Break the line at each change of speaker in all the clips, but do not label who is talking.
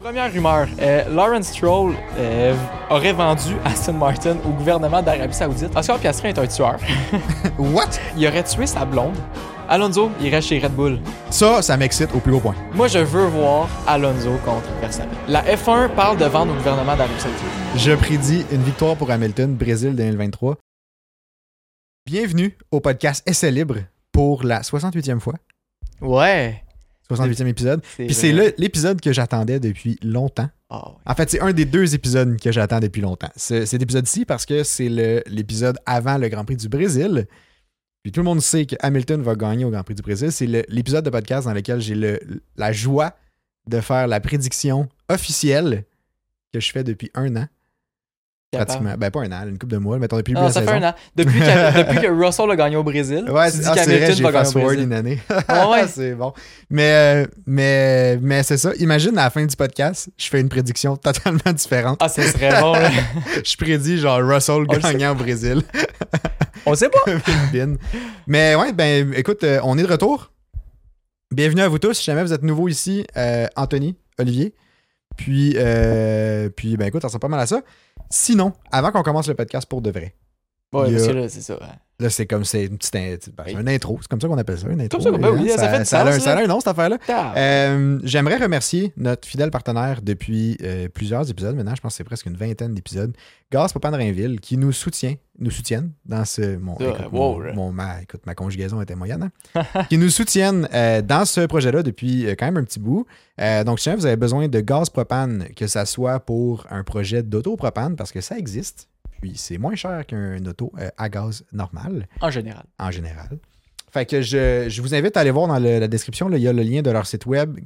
Première rumeur, euh, Lawrence Stroll euh, aurait vendu Aston Martin au gouvernement d'Arabie Saoudite. Oscar Piastri est un tueur.
What?
Il aurait tué sa blonde. Alonso irait chez Red Bull.
Ça, ça m'excite au plus haut point.
Moi, je veux voir Alonso contre Verstappen. La F1 parle de vendre au gouvernement d'Arabie Saoudite.
Je prédis une victoire pour Hamilton, Brésil 2023. Bienvenue au podcast Essai libre pour la 68e fois,
Ouais.
68e épisode.
C'est Ah,
Puis c'est le- l'épisode que j'attendais depuis longtemps. En fait, c'est un des deux épisodes que j'attends depuis longtemps. Ce- cet épisode-ci, parce que c'est le- l'épisode avant le Grand Prix du Brésil. Puis tout le monde sait que Hamilton va gagner au Grand Prix du Brésil. C'est le- l'épisode de podcast dans lequel j'ai le- la joie de faire la prédiction officielle que je fais depuis un an. Pratiquement. Ben, pas un an, une couple de mois, mettons depuis le
Non,
début
Ah,
de
ça fait
la saison.
un an. Depuis, que- depuis que Russell a gagné au Brésil,
Ouais,
tu
c'est
dis
ah, c'est vrai,
qu'Hamilton
j'ai
va gagner
fast
au
forward
Brésil.
une année.
Ah ouais.
c'est bon. Mais, euh, mais, mais c'est ça. Imagine à la fin du podcast, je fais une prédiction totalement différente.
Ah, ce serait bon. là.
Je prédis genre Russell
On le
gagnant au Brésil.
On sait pas.
Philippines. Mais ouais, ben écoute, euh, on est de retour. Bienvenue à vous tous. Si jamais vous êtes nouveau ici, euh, Anthony, Olivier. Puis, euh, puis ben écoute, ça ressemble pas mal à ça. Sinon, avant qu'on commence le podcast pour de vrai,
Ouais,
Il y a-
parce que là, c'est ça.
là c'est comme c'est une petite in- ben, c'est
Oui.
un intro, c'est comme ça qu'on appelle ça, une intro.
ça qu'on- ben oui, ça fait du
a
sens,
un- ça a un nom cette affaire-là.
Tab.
Euh, J'aimerais remercier notre fidèle partenaire depuis euh, plusieurs épisodes maintenant, je pense que c'est presque une vingtaine d'épisodes, Gaz Papandrainville, qui nous soutient, nous soutiennent dans ce. Mon,
Ça,
écoute,
wow,
mon-
là.
mon- ma, écoute, ma conjugaison était moyenne. hein. qui nous soutiennent euh, dans ce projet-là depuis euh, quand même un petit bout. Euh, donc, si jamais vous avez besoin de gaz propane, que ça soit pour un projet d'autopropane, parce que ça existe, puis c'est moins cher qu'un auto euh, à gaz normal
En général.
en général. Fait que je, je vous invite à aller voir dans le- la description, là, il y a le lien de leur site web,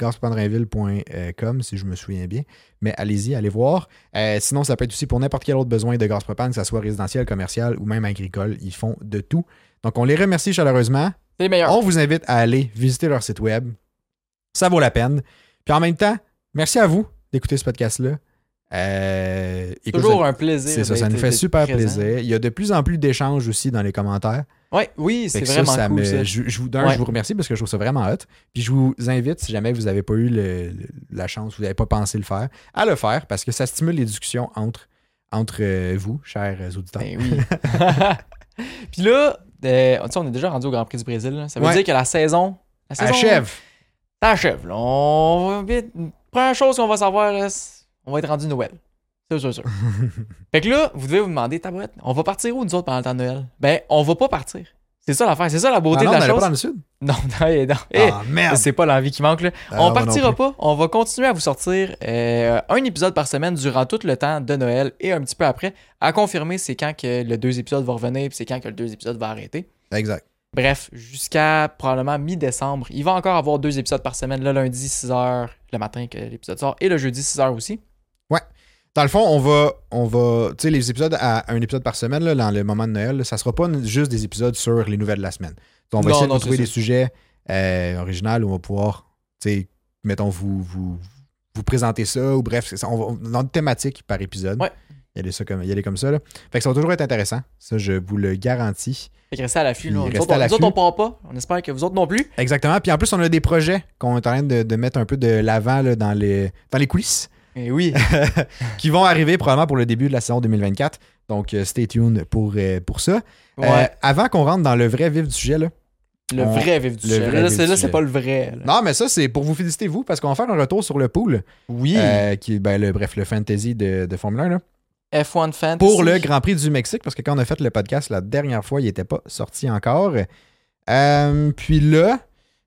gaspropandrinville.com, si je me souviens bien. Mais allez-y, allez voir. Euh, sinon, ça peut être aussi pour n'importe quel autre besoin de gaz propane, que ce soit résidentiel, commercial ou même agricole. Ils font de tout. Donc, on les remercie chaleureusement.
C'est les meilleurs.
On vous invite à aller visiter leur site web. Ça vaut la peine. Puis en même temps, merci à vous d'écouter ce podcast-là. Euh, écoute,
Toujours
ça-
un plaisir.
c'est ça, ça
d'être-
nous fait
d'être
super
présent.
plaisir. Il y a de plus en plus d'échanges aussi dans les commentaires.
Ouais, oui, c'est
Fait que
vraiment
ça, ça
cool.
me-
ça.
Je, je vous, d'un,
Ouais.
je vous remercie parce que je trouve ça vraiment hot. Puis je vous invite, si jamais vous n'avez pas eu le- le- la chance, vous n'avez pas pensé le faire, à le faire parce que ça stimule les discussions entre, entre euh, vous, chers euh, auditeurs.
Ben oui. Puis là, euh, tu sais, on est déjà rendu au Grand Prix du Brésil. là. Ça veut
Ouais.
dire que la saison. La saison
Achève!
Ça achève. là. On va vite- Première chose qu'on va savoir, là, c'est- on va être rendu Noël. C'est sûr, sûr. fait que là, vous devez vous demander, tabarouette, on va partir où nous autres pendant le temps de Noël? Ben, on va pas partir. C'est ça l'affaire, c'est ça la
Ah
beauté
non, on
de la
n'allait
chose.
pas dans le sud?
Non, non, eh, non. Eh,
Ah merde!
c'est pas l'envie qui manque là.
Ah,
on
moi non
partira
plus.
pas, on va continuer à vous sortir euh, un épisode par semaine durant tout le temps de Noël et un petit peu après. À confirmer, c'est quand que le deux épisodes va revenir, puis c'est quand que le deux épisodes va arrêter.
Exact.
Bref, jusqu'à probablement mi-décembre, il va encore avoir deux épisodes par semaine, le lundi 6h le matin que l'épisode sort et le jeudi 6h aussi.
Dans le fond, on va. On va tu sais, les épisodes à un épisode par semaine, là, dans le moment de Noël, là, ça sera pas n- juste des épisodes sur les nouvelles de la semaine. Donc, on va
Non,
essayer
non,
de trouver
c'est
des
ça.
sujets euh, originaux où on va pouvoir, tu sais, mettons, vous, vous, vous présenter ça, ou bref, c'est ça, on va, on- dans une thématique par épisode.
Ouais.
Il y a des ça comme, il y a des comme ça. Là. Fait que ça va toujours être intéressant. Ça, je vous le garantis.
Fait que restez à l'affût. là.
Puis
Nous,
restez
autres,
à
on- nous autres,
l'affût.
on part pas. On espère que vous autres non plus.
Exactement. Puis en plus, on a des projets qu'on est en train de, de mettre un peu de l'avant là, dans, les, dans les coulisses.
Et oui,
qui vont arriver probablement pour le début de la saison 2024. Donc, euh, stay tuned pour, euh, pour ça. Euh,
ouais,
avant qu'on rentre dans le vrai vif du sujet, là.
le
on-
vrai vif du
le
sujet.
vrai
Là,
vif
c'est-
du
là, c'est
sujet.
pas le vrai. là.
Non, mais ça, c'est pour vous féliciter, vous, parce qu'on va faire un retour sur le pool,
Oui,
euh, qui est, ben, le, bref, le fantasy de, de Formule 1, là,
F1 Fantasy.
pour le Grand Prix du Mexique, parce que quand on a fait le podcast la dernière fois, il n'était pas sorti encore. Euh, puis là,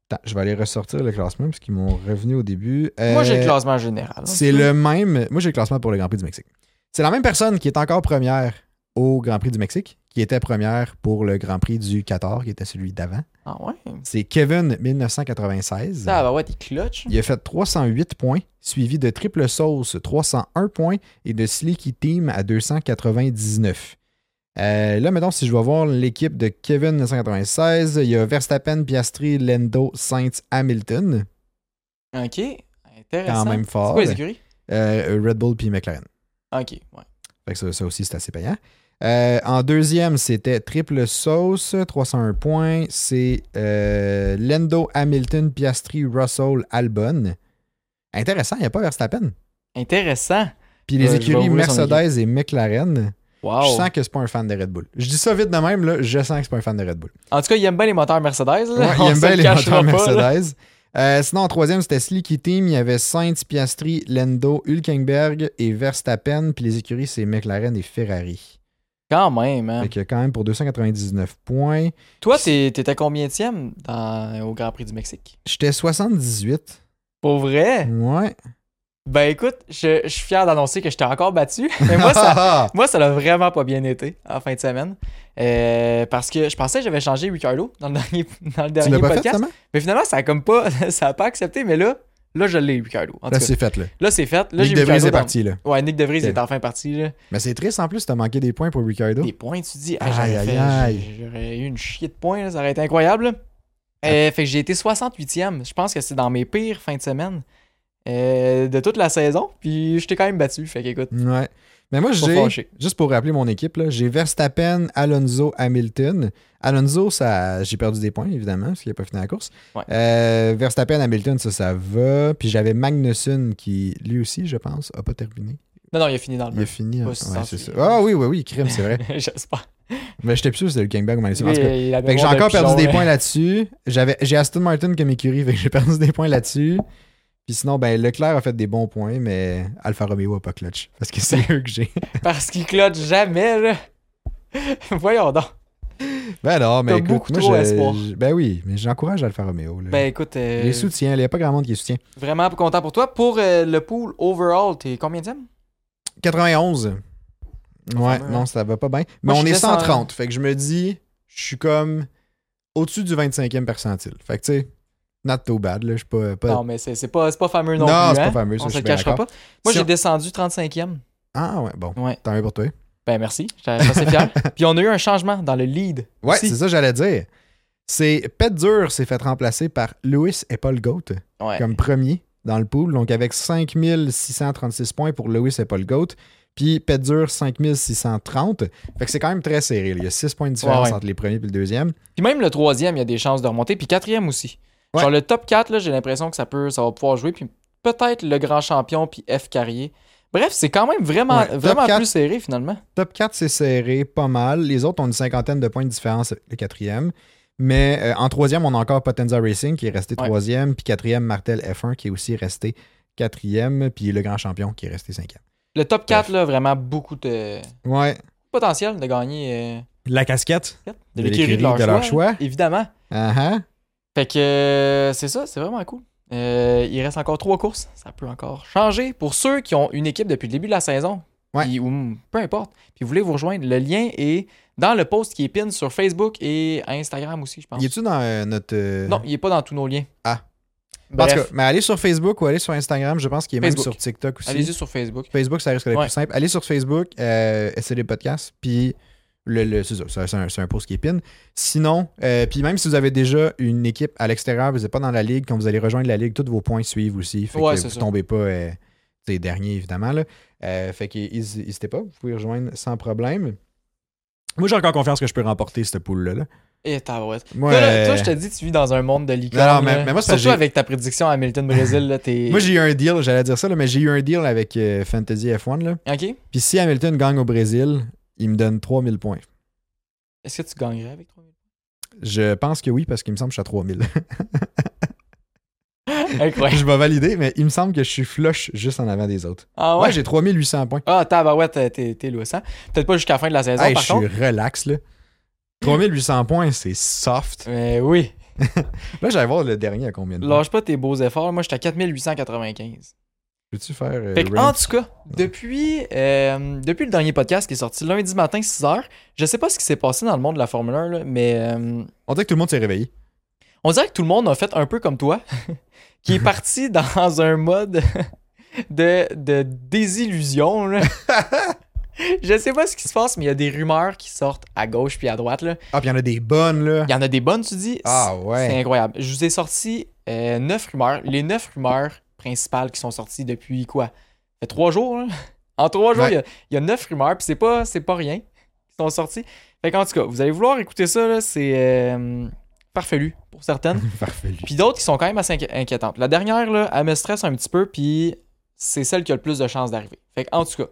attends, je vais aller ressortir le classement, parce qu'ils m'ont revenu au début.
Moi, j'ai
Euh,
le classement général.
C'est le même. Moi, j'ai le classement pour le Grand Prix du Mexique. C'est la même personne qui est encore première au Grand Prix du Mexique, qui était première pour le Grand Prix du Qatar, qui était celui d'avant.
Ah ouais?
C'est Kevin 1996.
Ça va ouais, des clutches.
Il a fait 308 points, suivi de Triple Sauce 301 points et de Slicky Team à 299. Euh, là, mettons, si je vais voir l'équipe de Kevin 1996, il y a Verstappen, Piastri, Lendo, Sainz, Hamilton,
Ok. Intéressant.
quand même
C'est
fort.
quoi les écuries?
Euh, Red Bull puis McLaren.
Ok, ouais.
Fait que ça, ça aussi, c'est assez payant. Euh, en deuxième, c'était Triple Sauce, 301 points. C'est euh, Lendo, Hamilton, Piastri, Russell, Albon. Intéressant, il n'y a pas Verstappen.
Intéressant.
Puis les
Ouais, Euh, je vais
écuries
ouvrir son
Mercedes et McLaren,
Wow.
je sens que c'est pas un fan de Red Bull. Je dis ça vite de même, là, je sens que c'est pas un fan de Red Bull.
En tout cas, il aime bien les moteurs Mercedes. Là.
Ouais,
On
il aime
se
bien
le
les
cachera
moteurs
pas, là.
Mercedes. Euh, sinon, en troisième, c'était Slicky Team. Il y avait Sainz, Piastri, Lendo, Hülkenberg et Verstappen. Puis les écuries, c'est McLaren et Ferrari.
Quand même, hein.
Fait que quand même pour 299 points.
Toi, t'es- t'étais combienième dans... au Grand Prix du Mexique?
J'étais 78.
Pour vrai?
Ouais.
Ben écoute, je, je suis fier d'annoncer que je t'ai encore battu. Mais moi, ça, Moi, ça l'a vraiment pas bien été en fin de semaine. Euh, parce que je pensais que j'avais changé Ricardo dans le dernier, dans le
tu
dernier
l'as pas fait,
podcast.
finalement?
mais finalement, ça a comme pas. ça a pas accepté, mais là, là, je l'ai Ricardo. En tout cas,
Là, Ben, c'est fait, là.
là, c'est fait. Là,
Nick
j'ai
DeVries
Ricardo
est
dans-
parti, là.
Ouais, Nick DeVries
C'est-
est enfin parti. Là.
Mais c'est triste, en plus, t'as manqué des points pour Ricardo.
Des points, tu dis. Ah,
Oh. Aïe,
j'aurais
aïe,
fait-
aïe.
J'aurais eu une chier de points, là, ça aurait été incroyable. là.
Ah.
Euh, fait que j'ai été 68e. Je pense que c'est dans mes pires fins de semaine euh, de toute la saison. Puis je t'ai quand même battu. Fait que écoute,
Ouais. Mais moi,
pas
j'ai.
fâché.
Juste pour rappeler mon équipe, là, j'ai Verstappen, Alonso, Hamilton. Alonso, ça, j'ai perdu des points, évidemment, parce qu'il n'a pas fini la course.
Ouais.
Euh, Verstappen, Hamilton, ça, ça va. Puis j'avais Magnussen qui, lui aussi, je pense, a pas terminé.
Non, non, il a fini dans le
Il a
mur.
fini.
Pas
ouais,
si sans
c'est ça.
suivre.
Ah oui, oui, oui, crime, c'est vrai.
J'espère.
Mais j'étais plus sûr que c'était le gangbang ou Magnussen. En tout cas.
Lui, il a la
Fait que j'ai
mémoire d'un
encore perdu
pigeon,
des
là.
points là-dessus. J'avais, j'ai Aston Martin comme écurie, fait que j'ai perdu des points là-dessus. Puis sinon, ben, Leclerc a fait des bons points, mais Alfa Romeo a pas clutch. Parce que c'est eux que j'ai.
hein. Parce qu'il cloche jamais, là. Voyons donc.
Ben non, mais
T'as
écoute,
beaucoup
moi,
trop
je-
espoir.
je- ben oui, mais j'encourage Alfa Romeo. là.
Ben écoute, euh,
il les soutient, il n'y a pas grand monde qui les soutient.
vraiment content pour toi. Pour euh, le pool overall, t'es combien de
91. Ouais,
fameux, hein.
non, ça va pas bien. Mais
Moi,
on
je
est
suis
130, fait que je me dis, je suis comme au-dessus du 25e percentile. Fait que tu sais, not too bad, là, je suis pas... pas-
Non, mais c'est c'est pas, c'est pas fameux non,
Non,
plus.
c'est
hein.
pas fameux, ça,
On
je
se
suis
le
bien
cachera pas.
d'accord.
Moi,
Si
j'ai
on-
descendu 35e.
Ah ouais, bon,
Ouais.
tant mieux pour toi.
Ben merci, j'étais assez fier. Puis on a eu un changement dans le lead.
Ouais,
aussi.
c'est ça que j'allais dire. C'est Pet Dur s'est fait remplacer par Lewis et Paul Goat.
Ouais.
comme premier dans le pool. Donc, avec 5636 points pour Lewis et Paul Goat. Puis Pedur, 5630. Fait que c'est quand même très serré. là. Il y a 6 points de différence
Ouais, ouais.
entre les premiers et le deuxième.
Puis même le troisième, il y a des chances de remonter. Puis quatrième aussi.
Ouais.
Genre le top 4, là, j'ai l'impression que ça peut, ça va pouvoir jouer. Puis peut-être le grand champion, puis F Carrier. Bref, c'est quand même vraiment,
Ouais, top
vraiment
quatre.
plus serré finalement.
Top 4, c'est serré, pas mal. Les autres ont une cinquantaine de points de différence avec le quatrième. Mais euh, en troisième, on a encore Potenza Racing qui est resté
Ouais.
troisième. Puis quatrième, Martel F1 qui est aussi resté quatrième. Puis le grand champion qui est resté cinquième.
Le top 4, là, vraiment beaucoup de
Ouais.
potentiel de gagner euh,
La casquette.
de l'écurie de, leur, choix,
choix.
Évidemment.
Ah ah.
Fait que euh, c'est ça, c'est vraiment cool. Euh, il reste encore trois courses. Ça peut encore changer. Pour ceux qui ont une équipe depuis le début de la saison,
Ouais.
puis- ou mm, peu importe, puis vous voulez vous rejoindre, le lien est dans le post qui est pin sur Facebook et Instagram aussi, je pense.
Y est-tu dans euh, notre. euh,
Non, il est pas dans tous nos liens.
Ah. En tout
Bref,
cas, mais allez sur Facebook ou allez sur Instagram. Je pense qu'il est
Facebook.
même sur TikTok aussi.
allez-y sur Facebook.
Facebook, ça risque d'être
Ouais.
plus simple. Allez sur Facebook, euh, essayez des podcasts, puis le, le- c'est ça, c'est- c'est un, c'est un post qui est pin. Sinon, euh, puis même si vous avez déjà une équipe à l'extérieur, vous n'êtes pas dans la ligue, quand vous allez rejoindre la ligue, tous vos points suivent aussi. Fait
Ouais,
que
c'est
vous
ça.
tombez pas euh, des derniers, évidemment. Là. Euh, fait que hési- n'hésitez pas, vous pouvez rejoindre sans problème. Moi, j'ai encore confiance que je peux remporter cette poule-là. là.
Et tabarouette.
Moi,
Toi, là,
euh,
toi, je te dis, tu vis dans un monde de licorne.
Non, non, mais-
là.
mais moi, c'est parce que
Surtout
j'ai-
avec ta prédiction à Hamilton Brésil, là, t'es.
moi, j'ai eu un deal, j'allais dire ça, là, mais j'ai eu un deal avec euh, Fantasy F1. Là.
Ok.
Puis si Hamilton gagne au Brésil, il me donne 3000 points.
Est-ce que tu gagnerais avec 3000
Je pense que oui, parce qu'il me semble que je suis à 3000.
Incroyable.
je vais valider, mais il me semble que je suis flush juste en avant des autres.
Ah
Ouais,
ouais?
j'ai 3800 points.
Ah, tabarouette, t'es- t'es t'es lousse, hein? Peut-être pas jusqu'à la fin de la saison,
Hey, je
par
suis
contre.
relax, là. 3800 points, c'est soft.
Mais oui.
Là, j'allais voir le dernier à combien de points.
Lâche pas tes beaux efforts. Moi, j'étais à 4895.
Peux-tu faire... euh,
Fait que, en
rank?
tout cas, depuis, euh, depuis le dernier podcast qui est sorti lundi matin, 6h, je sais pas ce qui s'est passé dans le monde de la Formule 1, là, mais euh,
On dirait que tout le monde s'est réveillé.
On dirait que tout le monde a fait un peu comme toi, qui est parti dans un mode de, de désillusion. là. Je sais pas ce qui se passe, mais il y a des rumeurs qui sortent à gauche puis à droite. là.
Ah, puis il y en a des bonnes, là.
Il y en a des bonnes, tu dis.
Ah,
C'est
ouais.
incroyable. Je vous ai sorti euh, neuf rumeurs. Les neuf rumeurs principales qui sont sorties depuis quoi Ça fait trois jours. hein? En trois jours,
Ouais.
il y a- il y, a neuf rumeurs. Puis c'est pas, c'est pas rien qui sont sorties. Fait qu'en tout cas, vous allez vouloir écouter ça. là, C'est euh, farfelu pour certaines.
Parfait, lui.
Puis d'autres qui sont quand même assez inqui- inquiétantes. La dernière, là, elle me stresse un petit peu, puis c'est celle qui a le plus de chances d'arriver. Fait que, en tout cas,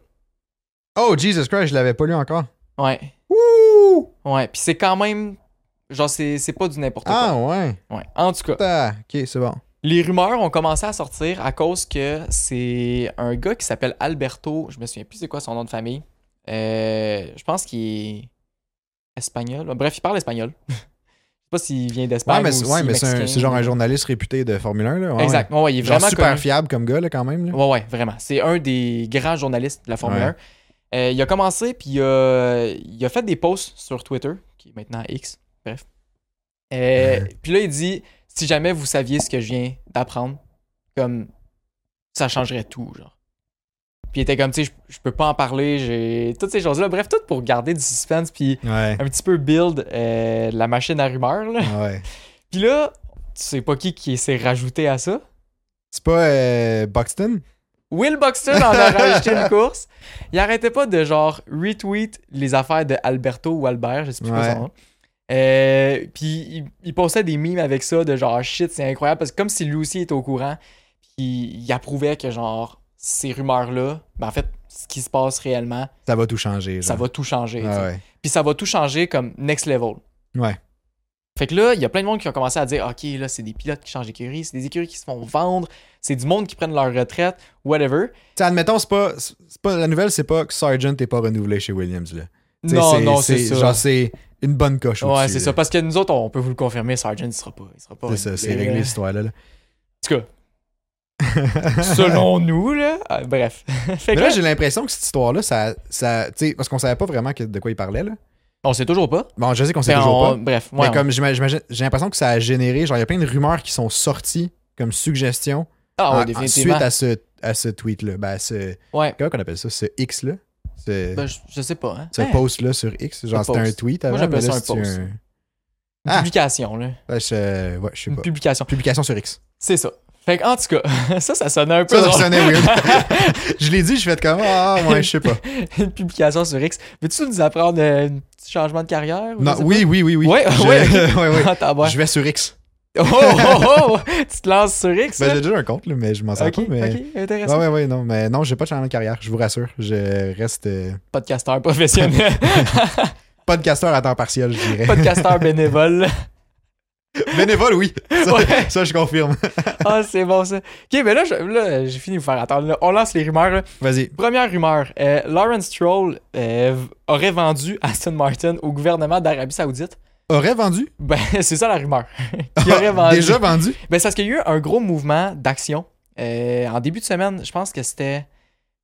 Oh, Jesus Christ, je l'avais pas lu encore.
ouais.
Ouh!
Ouais. Puis c'est quand même. Genre, c'est c'est pas du n'importe
Ah ouais.
quoi. Ouais. En tout cas,
Ah, ok, c'est bon.
les rumeurs ont commencé à sortir à cause que c'est un gars qui s'appelle Alberto. Je me souviens plus c'est quoi son nom de famille. Euh, je pense qu'il est espagnol. Bref, il parle espagnol. je sais pas s'il vient d'Espagne.
Ouais, mais,
ou
c'est-
s'il
ouais,
est
mais c'est un-
mexicain.
c'est genre un journaliste réputé de Formule 1. Là. Ouais,
Exact. Ouais, ouais, il est
ouais. Genre
vraiment
super
connu.
fiable comme gars, là, quand même. Là.
Ouais, ouais, vraiment. C'est un des grands journalistes de la Formule
Ouais.
1. Euh, il a commencé, puis il a, il a fait des posts sur Twitter, qui est maintenant X, bref. Euh, puis là, il dit si jamais vous saviez ce que je viens d'apprendre, comme ça changerait tout, genre. Puis il était comme, tu sais, je- je peux pas en parler, j'ai toutes ces choses-là. Bref, tout pour garder du suspense, puis
Ouais.
un petit peu build euh, la machine à rumeurs, là.
ouais.
Puis là, tu sais pas qui, qui s'est rajouté à ça.
C'est pas euh, Buxton?
Will Buxton en a rajouté une course. Il arrêtait pas de genre retweet les affaires de Alberto ou Albert, je sais plus quoi
Ouais.
son nom. Euh, puis il, il postait des mimes avec ça de genre shit, c'est incroyable parce que comme si lui aussi était au courant, puis il, il approuvait que genre ces rumeurs là, ben en fait ce qui se passe réellement,
Ça va tout changer.
ça
genre.
va tout changer. tu sais.
Ah, ouais.
Puis ça va tout changer comme next level.
Ouais.
Fait que là, il y a plein de monde qui ont commencé à dire OK, là, c'est des pilotes qui changent d'écurie, c'est des écuries qui se font vendre, c'est du monde qui prennent leur retraite, whatever.
T'sais, admettons, c'est pas, c'est pas. La nouvelle, c'est pas que Sargent n'est pas renouvelé chez Williams. Là. T'sais,
Non, non, c'est ça.
Genre, c'est une bonne coche
Ouais,
au-dessus,
c'est
là.
ça. Parce que nous autres, on peut vous le confirmer, Sargent, il sera pas. Il sera pas
C'est ça, c'est
Euh,
réglé cette histoire-là. là.
En tout cas, selon nous, là. ah, bref. fait
Mais
que
là,
là,
j'ai l'impression que cette histoire-là, ça. ça t'sais, parce qu'on savait pas vraiment que- de quoi il parlait. Là.
on sait toujours pas.
Bon, je sais qu'on sait
Mais
toujours
Ben, on-
pas.
Bref, ouais,
mais comme j'ima- j'imagine, j'ai l'impression que ça a généré, genre, il y a plein de rumeurs qui sont sorties comme suggestions
on- Ah, ouais,
en- en- suite
définitivement.
à ce, à ce tweet-là. Ben, à ce,
Ouais.
comment qu'on appelle ça Ce X-là Ce,
Ben, je, je sais pas. Hein.
ce
Hein,
post-là sur X Genre,
Un
c'était un
post.
tweet
Moi,
avant.
j'appelle
mais là,
ça un
c'est
post. Une
Ah!
publication, là.
Ben, je, ouais, je sais
Une
pas.
publication.
Publication sur X.
C'est ça. Fait que, en tout cas, ça, ça sonnait un peu.
Ça, ça
drôle.
sonnait weird. je l'ai dit, je fais de comme Ah, ouais, je sais pas.
une publication sur X. Veux-tu nous apprendre euh, un petit changement de carrière? ou
Non,
je sais
oui, oui, oui, oui.
Ouais,
Je-
ouais,
ouais, ouais.
pas? Ah, t'as bon.
Je vais sur X.
Oh, oh, oh! Tu te lances sur X?
Ben,
là?
j'ai déjà un compte, là, mais je m'en sers
ok,
pas. Mais...
ok, intéressant.
Ouais, ouais, ouais, non, mais non, j'ai pas de changement de carrière, je vous rassure. Je reste euh,
Podcasteur professionnel.
podcasteur à temps partiel, je dirais.
Podcasteur bénévole.
Bénévole, oui. Ça,
Ouais.
ça, je confirme.
Ah, c'est bon ça. Ok, mais là, je- là, j'ai fini de vous faire attendre. là. On lance les rumeurs. là.
Vas-y.
Première rumeur euh, Lawrence Stroll euh, v- aurait vendu Aston Martin au gouvernement d'Arabie Saoudite.
Aurait vendu?
Ben, c'est ça la rumeur. Qui aurait
Ah,
vendu.
Déjà vendu?
Ben, c'est parce qu'il y a eu un gros mouvement d'action euh, en début de semaine. Je pense que c'était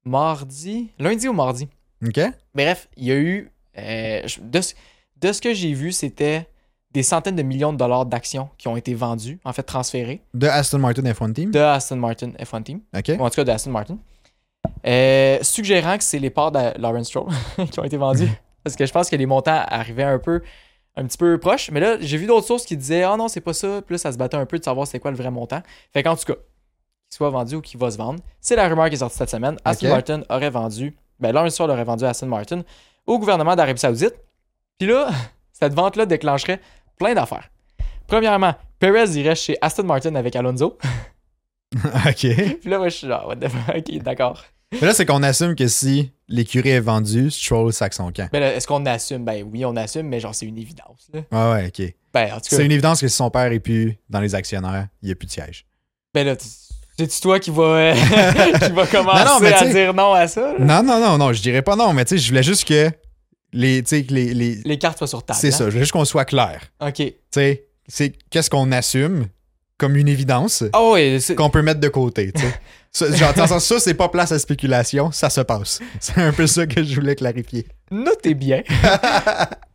mardi, lundi ou mardi.
OK.
Bref, il y a eu. euh, je- de, ce- de ce que j'ai vu, c'était des centaines de millions de dollars d'actions qui ont été vendus, en fait transférés,
De Aston Martin F1 Team.
de Aston Martin F1 Team.
OK.
ou en tout cas de Aston Martin, Euh, suggérant que c'est les parts de Lawrence Stroll qui ont été vendus. Parce que je pense que les montants arrivaient un peu un petit peu proches. Mais là, j'ai vu d'autres sources qui disaient Ah non, c'est pas ça. Puis là, ça se battait un peu de savoir c'est quoi le vrai montant. Fait qu'en tout cas, qu'il soit vendu ou qu'il va se vendre, c'est la rumeur qui est sortie cette semaine. Aston
Ok.
Martin aurait vendu, ben Lawrence Stroll aurait vendu Aston Martin au gouvernement d'Arabie Saoudite. Puis là, cette vente-là déclencherait plein d'affaires. Premièrement, Perez irait chez Aston Martin avec Alonso.
OK. Mais
Puis là, moi, je suis genre, what the fuck, ok, d'accord.
là, c'est qu'on assume que si l'écurie est vendue, Stroll sac son camp.
Ben là, est-ce qu'on assume? Ben oui, on assume, mais genre, c'est une évidence. là.
Ouais, ouais, OK.
Ben, en tout cas,
C'est une évidence que si son père est plus dans les actionnaires, il n'y a plus de siège.
ben là, tu- c'est-tu toi qui va, euh, qui va commencer
Non, non, mais
à
tu sais-
dire non à ça? là?
Non, non, non, non, je dirais pas non, mais tu sais, je voulais juste que les. Tu sais, que les. les...
Les cartes soient sur table.
C'est
hein?
ça, je voulais juste qu'on soit clair.
OK.
Tu sais, c'est qu'est-ce qu'on assume comme une évidence
Ah oui, c'est-
qu'on peut mettre de côté, tu sais. Ça, genre, dans le sens, ça, c'est pas place à spéculation, ça se passe. C'est un peu ça que je voulais clarifier.
notez bien.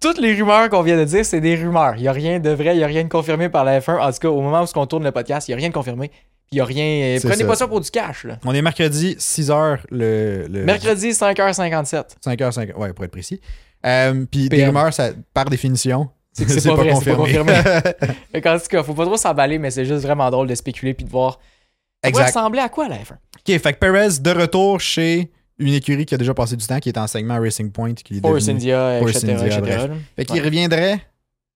Toutes les rumeurs qu'on vient de dire, c'est des rumeurs. Il n'y a rien de vrai, il n'y a rien de confirmé par la F1. En tout cas, au moment où on tourne le podcast, il n'y a rien de confirmé. Il n'y a rien. euh,
C'est
Prenez
ça.
pas ça pour du cash. Là.
On est mercredi, 6h le. le-
Mercredi, 5h57.
5h, 5 ouais, pour être précis. Euh, Puis des
PM.
rumeurs, ça, par définition,
C'est que c'est pas vrai, c'est pas Fait qu'en tout cas, faut pas trop s'emballer, mais c'est juste vraiment drôle de spéculer puis de voir. Ça pourrait
exact.
ressembler à quoi la F1?
OK, fait que Perez, de retour chez une écurie qui a déjà passé du temps, qui est en segment Racing Point, qui est
Force
devenue-
India,
Force
etc.
India,
etc.
bref. Fait qu'il
Ouais.
reviendrait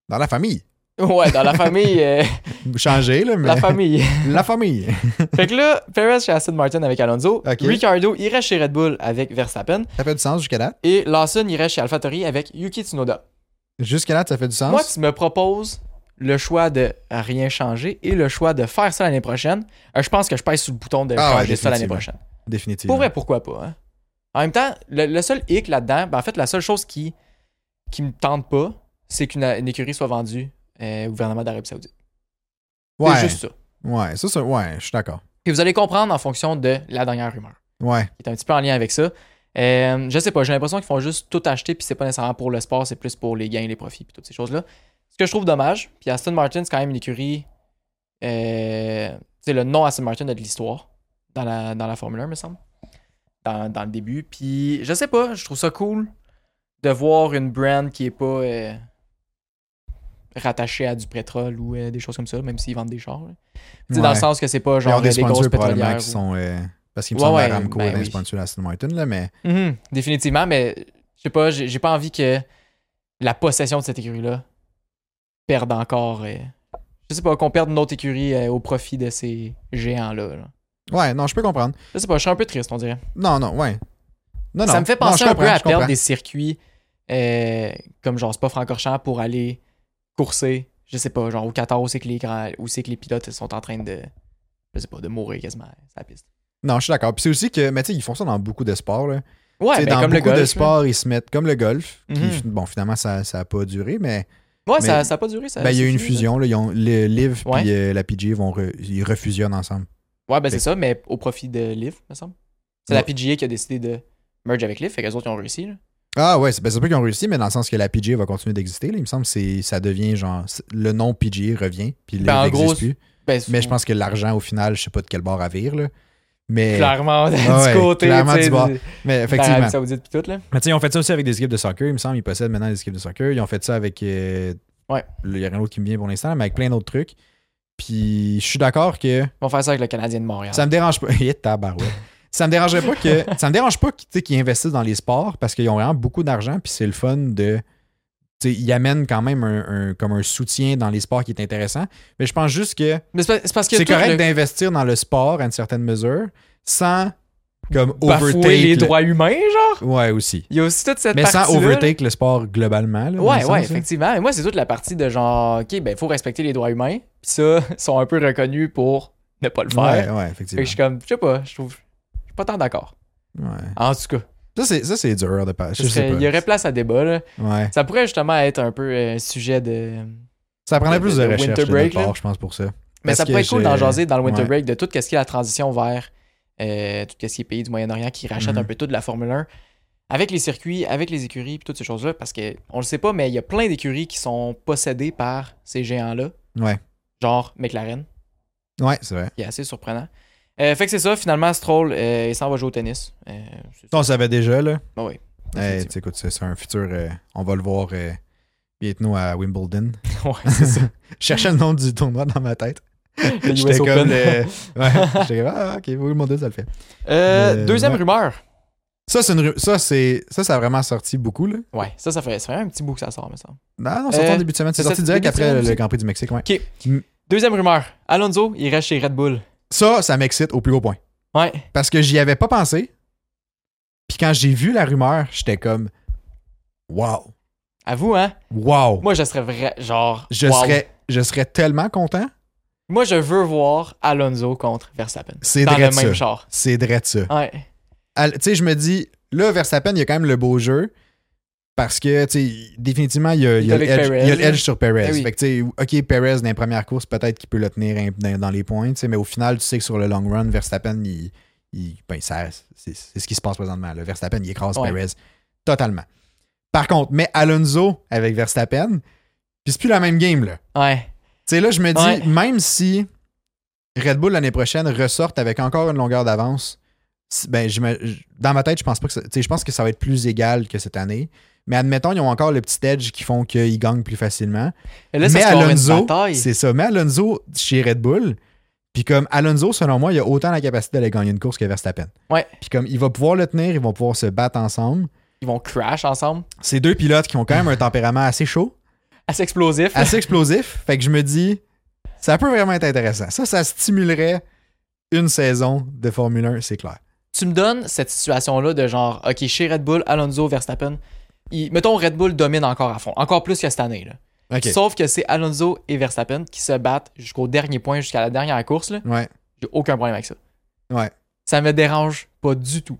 dans la famille.
Ouais, dans la famille. euh,
Changer, là, mais.
la famille.
La famille.
Fait que là, Perez chez Aston Martin avec Alonso.
Ok.
Ricardo irait chez Red Bull avec Verstappen.
Ça fait du sens jusqu'à date.
Et Lawson irait chez AlphaTauri avec Yuki Tsunoda.
Jusqu'à date, ça fait du sens.
Moi, tu me proposes le choix de rien changer et le choix de faire ça l'année prochaine. Euh, je pense que je pèse sur le bouton de
Ah ouais,
changer ça l'année
définitivement.
prochaine.
Définitivement.
Pour vrai, pourquoi pas? hein? En même temps, le, le seul hic là-dedans, ben en fait, la seule chose qui, qui me tente pas, c'est qu'une une écurie soit vendue euh, au gouvernement d'Arabie Saoudite.
Ouais.
C'est juste ça.
Ouais, ça, ça- ouais, je suis d'accord.
Et vous allez comprendre en fonction de la dernière rumeur,
Ouais.
qui est un petit peu en lien avec ça. Euh, je sais pas, j'ai l'impression qu'ils font juste tout acheter, puis c'est pas nécessairement pour le sport, c'est plus pour les gains, les profits, puis toutes ces choses-là. Ce que je trouve dommage, puis Aston Martin, c'est quand même une écurie. euh, c'est le nom Aston Martin a de l'histoire dans la, dans la Formule 1, me semble. Dans, dans le début. Puis je sais pas, je trouve ça cool de voir une brand qui est pas euh, rattachée à du pétrole ou euh, des choses comme ça, même s'ils vendent des chars. là. Tu sais, Dans
Ouais.
le sens que c'est pas
Ils ont
genre
des
euh, des, grosses
sponsors probablement
pétrolières.
qui
ou-
sont. euh, parce qu'il me
Ouais,
semble
ouais,
Aramco
ben
est un
oui.
sponsor d'Aston Martin, là, mais.
Mhm, définitivement, mais je sais pas, j'ai j'ai pas envie que la possession de cette écurie-là perde encore. euh, je sais pas, qu'on perde notre écurie euh, au profit de ces géants-là. là.
Ouais, non, je peux comprendre.
Je sais pas, je suis un peu triste, on dirait.
Non, non, ouais. Non, non.
Ça me fait
Non,
penser
je
un peu
comprends,
à
je
perdre
comprends.
des circuits euh, comme genre pas francorchamps pour aller courser, je sais pas, genre au Qatar où c'est que les grands- où c'est que les pilotes sont en train de je sais pas, de mourir quasiment sur la piste.
Non, je suis d'accord. Puis c'est aussi que, mais tu sais, ils font ça dans beaucoup de sports, là. Tu
Ouais,
sais,
ben,
dans
comme le
beaucoup
golf.
de
là.
sports, ils se mettent comme le golf. qui,
Mhm.
bon, finalement, ça n'a pas duré, mais
Ouais, ça,
mais-
ça a pas duré ça.
ben, il y a eu
c'est
une
fini, là.
fusion. Là, ils ont, le Liv
Ouais.
puis euh, la PGA vont re- ils refusionnent ensemble.
Ouais, ben c'est
Fait-
ça, mais au profit de Liv, me semble. C'est la PGA qui a décidé de merge avec Liv, fait qu'elles autres ils ont réussi. là.
Ah ouais, c'est ben, c'est pas qu'ils ont réussi, mais dans le sens que la PGA va continuer d'exister. là. Il me semble que c'est- ça devient genre c'est- le nom PGA revient, puis Liv
Ben, en
n'existe
gros,
plus.
Ben,
Mais je pense que l'argent au final, je sais pas de quel bord à vire là. Mais,
clairement du
ouais,
côté
clairement
tu sais,
du bord.
de-
mais
d'Arabie
effectivement.
Saoudite pis tout là.
Mais tu sais, ils ont fait ça aussi avec des équipes de soccer, il me semble. Ils possèdent maintenant des équipes de soccer. Ils ont fait ça avec. euh,
Ouais.
Il y a rien d'autre qui me vient pour l'instant, mais avec plein d'autres trucs. Puis je suis d'accord que
Ils vont faire ça avec le Canadien de Montréal.
ça me dérange pas. Eh, tabarouette. ça me dérangerait pas que. Ça me dérange pas qu'ils tu sais, qu'ils investissent dans les sports parce qu'ils ont vraiment beaucoup d'argent. Puis c'est le fun de. tu sais, Ils amènent quand même un, un- comme un soutien dans les sports qui est intéressant. Mais je pense juste que
Mais c'est pas- c'est parce que
c'est
tout
correct
le-
d'investir dans le sport à une certaine mesure sans comme overtake.
bafouer les
le-
droits humains, genre.
Ouais, aussi.
Il y a aussi toute cette
Mais sans
partie-là, là.
overtake le sport globalement. là, dans le
Ouais,
sens, hein.
ouais,
là.
effectivement. Mais moi, c'est toute la partie de genre, OK, ben, faut respecter les droits humains. Puis ça, ils sont un peu reconnus pour ne pas le faire.
Ouais,
fait
ouais,
que
effectivement.
je suis comme, je sais pas, je trouve, je suis pas tant d'accord.
Ouais.
En tout cas,
Ça, c'est, ça, c'est dur de passer.
ce
Je sais
serait-
pas.
il y aurait place à débat, là.
Ouais.
Ça pourrait justement être un peu euh, sujet de.
Ça prendrait
Le- le-
plus de
le
recherche
winter
de
break,
notre
là.
part, je pense, pour ça.
Mais
Parce
ça
que
pourrait être cool
je-
d'en jaser dans le Winter
ouais.
Break de tout ce qui est la transition vers euh, tout ce qui est pays du Moyen-Orient qui rachète
Mhm.
un peu tout de la Formule 1 avec les circuits, avec les écuries, puis toutes ces choses-là. Parce que on le sait pas, mais il y a plein d'écuries qui sont possédées par ces géants-là.
Ouais.
Genre McLaren,
Ouais, c'est vrai.
qui est assez surprenant. Euh, fait que c'est ça, finalement, Stroll, euh, il s'en va jouer au tennis. Euh, c'est ça.
On savait déjà, là.
Ah oui.
Eh, tu sais, écoute, c'est, c'est un futur. euh, on va le voir. Euh, nous à Wimbledon.
Ouais, c'est ça.
Je cherchais le nom du tournoi dans ma tête.
Le US
J'étais
Open.
comme. euh, ouais. J'étais comme, ah, ok, Wimbledon, ça le fait.
Euh,
Mais,
deuxième
ouais.
rumeur.
Ça, c'est une ru- ça, c'est, ça, ça a vraiment sorti beaucoup, là.
Ouais, ça, ça fait, ça fait un petit bout que ça sort, me semble.
Non, non, c'est sorti
Euh,
en début de semaine. C'est,
c'est
sorti
sorti début
direct
de
après
semaine
le
aussi.
Grand Prix du Mexique, ouais.
Deuxième rumeur. Alonso, il reste chez Red Bull.
Ça, ça m'excite au plus haut point.
Ouais.
Parce que j'y avais pas pensé. Puis quand j'ai vu la rumeur, j'étais comme, wow,
À vous, hein?
wow.
Moi, je serais vrai, genre.
je,
wow.
serais, je serais tellement content.
Moi, je veux voir Alonso contre Verstappen.
C'est
Dans le
vrai
même
de ça.
char.
C'est vrai de ça.
Ouais.
Al- Tu sais, je me dis, là, Verstappen, il y a quand même le beau jeu. Parce que, tu sais, définitivement, il y a, il y a
Il est
le
avec
edge,
Perez,
il y a le
là.
edge sur Perez.
Eh oui.
Fait que, tu sais, OK, Perez, dans les premières courses, peut-être qu'il peut le tenir un- dans, dans les points, tu sais, mais au final, tu sais que sur le long run, Verstappen, il, il- ben, ça- c'est c'est ce qui se passe présentement. là. Verstappen, il écrase
Ouais.
Perez totalement. Par contre, mais Alonso avec Verstappen, puis c'est plus la même game, là.
Ouais.
Tu sais, là, je me dis,
Ouais.
même si Red Bull l'année prochaine ressorte avec encore une longueur d'avance, si- ben, je me- je- dans ma tête, je pense pas que ça, tu sais, je pense que ça va être plus égal que cette année. Mais admettons, ils ont encore le petit edge qui font qu'ils gagnent plus facilement.
Et là, ça
mais
se combat une
Alonso,
bataille.
c'est ça. Mais Alonso chez Red Bull, puis comme Alonso, selon moi, il a autant la capacité d'aller gagner une course que Verstappen.
Ouais.
Puis comme il va pouvoir le tenir, ils vont pouvoir se battre ensemble.
Ils vont crash ensemble.
Ces deux pilotes qui ont quand même un tempérament assez chaud.
assez explosif.
assez explosif. Fait que je me dis, ça peut vraiment être intéressant. Ça, ça stimulerait une saison de Formule 1, c'est clair.
Tu me donnes cette situation-là de genre, OK, chez Red Bull, Alonso, Verstappen, il- mettons Red Bull domine encore à fond, encore plus que cette année. là.
OK.
Sauf que c'est Alonso et Verstappen qui se battent jusqu'au dernier point, jusqu'à la dernière course. là.
Ouais.
J'ai aucun problème avec ça.
Ouais.
Ça me dérange pas du tout.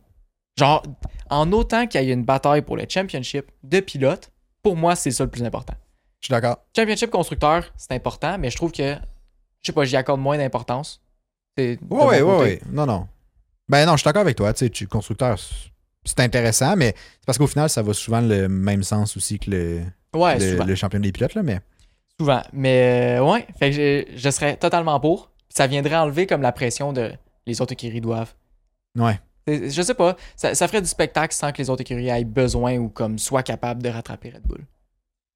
Genre, en autant qu'il y ait une bataille pour le championship de pilotes, pour moi, c'est ça le plus important.
Je suis d'accord.
Championship constructeur, c'est important, mais je trouve que, je sais pas, j'y accorde moins d'importance. C'est de mon
Ouais, ouais, ouais,
côté.
ouais. Non, non. Ben non, je suis d'accord avec toi. Tu sais, tu- constructeur, c'est- c'est intéressant, mais c'est parce qu'au final, ça va souvent le même sens aussi que le,
Ouais,
le,
souvent.
le championnat des pilotes, là, mais
Souvent. Mais euh, ouais, fait que je, je serais totalement pour. Ça viendrait enlever comme la pression de les autres écuries doivent.
ouais.
C'est- Je sais pas, ça, ça ferait du spectacle sans que les autres écuries aient besoin ou comme soient capables de rattraper Red Bull.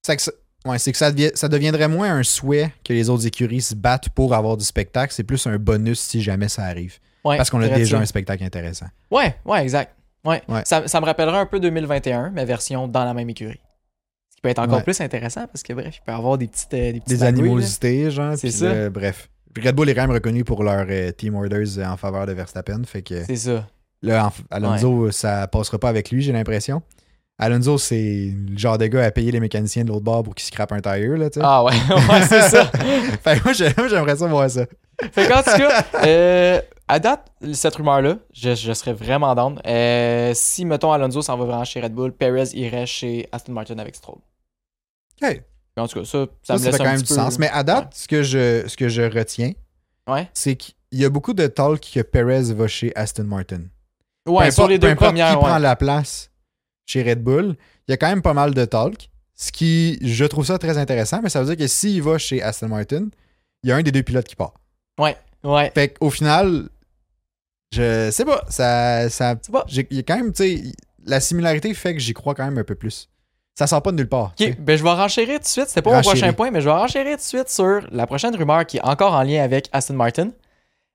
C'est que, ça- ouais, c'est que ça, devient- ça deviendrait moins un souhait que les autres écuries se battent pour avoir du spectacle. C'est plus un bonus si jamais ça arrive.
Ouais,
Parce qu'on a
je dirais
déjà
ça.
un spectacle intéressant.
Ouais, ouais, exact. Ouais.
Ouais.
Ça, ça me rappellera un peu 2021, mais version dans la même écurie. Ce qui peut être encore
Ouais.
plus intéressant parce que bref, il peut y avoir des petites. euh, des petites
Des
magouilles,
animosités, genre.
C'est
puis
ça.
là, bref. Puis Red Bull est quand même reconnu pour leur euh, team orders euh, en faveur de Verstappen. Fait que
là. C'est ça.
Là, en- Alonso, ça passera pas avec lui, j'ai l'impression. Alonso, c'est le genre de gars à payer les mécaniciens de l'autre bord pour qu'ils scrapent un tire, là, tu sais.
Ah ouais, ouais c'est ça.
fait que moi, j'ai- moi, j'aimerais ça voir ça.
Fait qu'en tout cas, euh, à date, cette rumeur-là, je, je serais vraiment down. Euh, si, mettons, Alonso s'en va vraiment chez Red Bull, Perez irait chez Aston Martin avec Stroll.
OK.
En tout cas, ça, ça,
Ça,
me
ça
laisse
fait
un
quand même
petit
du
peu-
sens. Mais à date, ce, que je, ce que je retiens,
Ouais.
c'est qu'il y a beaucoup de talk que Perez va chez Aston Martin.
Ouais,
peu
sur
importe,
les
peu
deux
importe
premières,
qui prend
ouais.
la place chez Red Bull, il y a quand même pas mal de talk. Ce qui, je trouve ça très intéressant, mais ça veut dire que s'il va chez Aston Martin, il y a un des deux pilotes qui part.
Ouais.
Fait qu'au final, je sais pas, ça. ça
C'est pas.
j'ai- il y a quand même, tu sais, la similarité fait que j'y crois quand même un peu plus. Ça sort pas de nulle part. tu
Ok,
sais.
ben je vais renchérir tout de suite. C'était pas mon
Renchérir.
prochain point, mais je vais renchérir tout de suite sur la prochaine rumeur qui est encore en lien avec Aston Martin.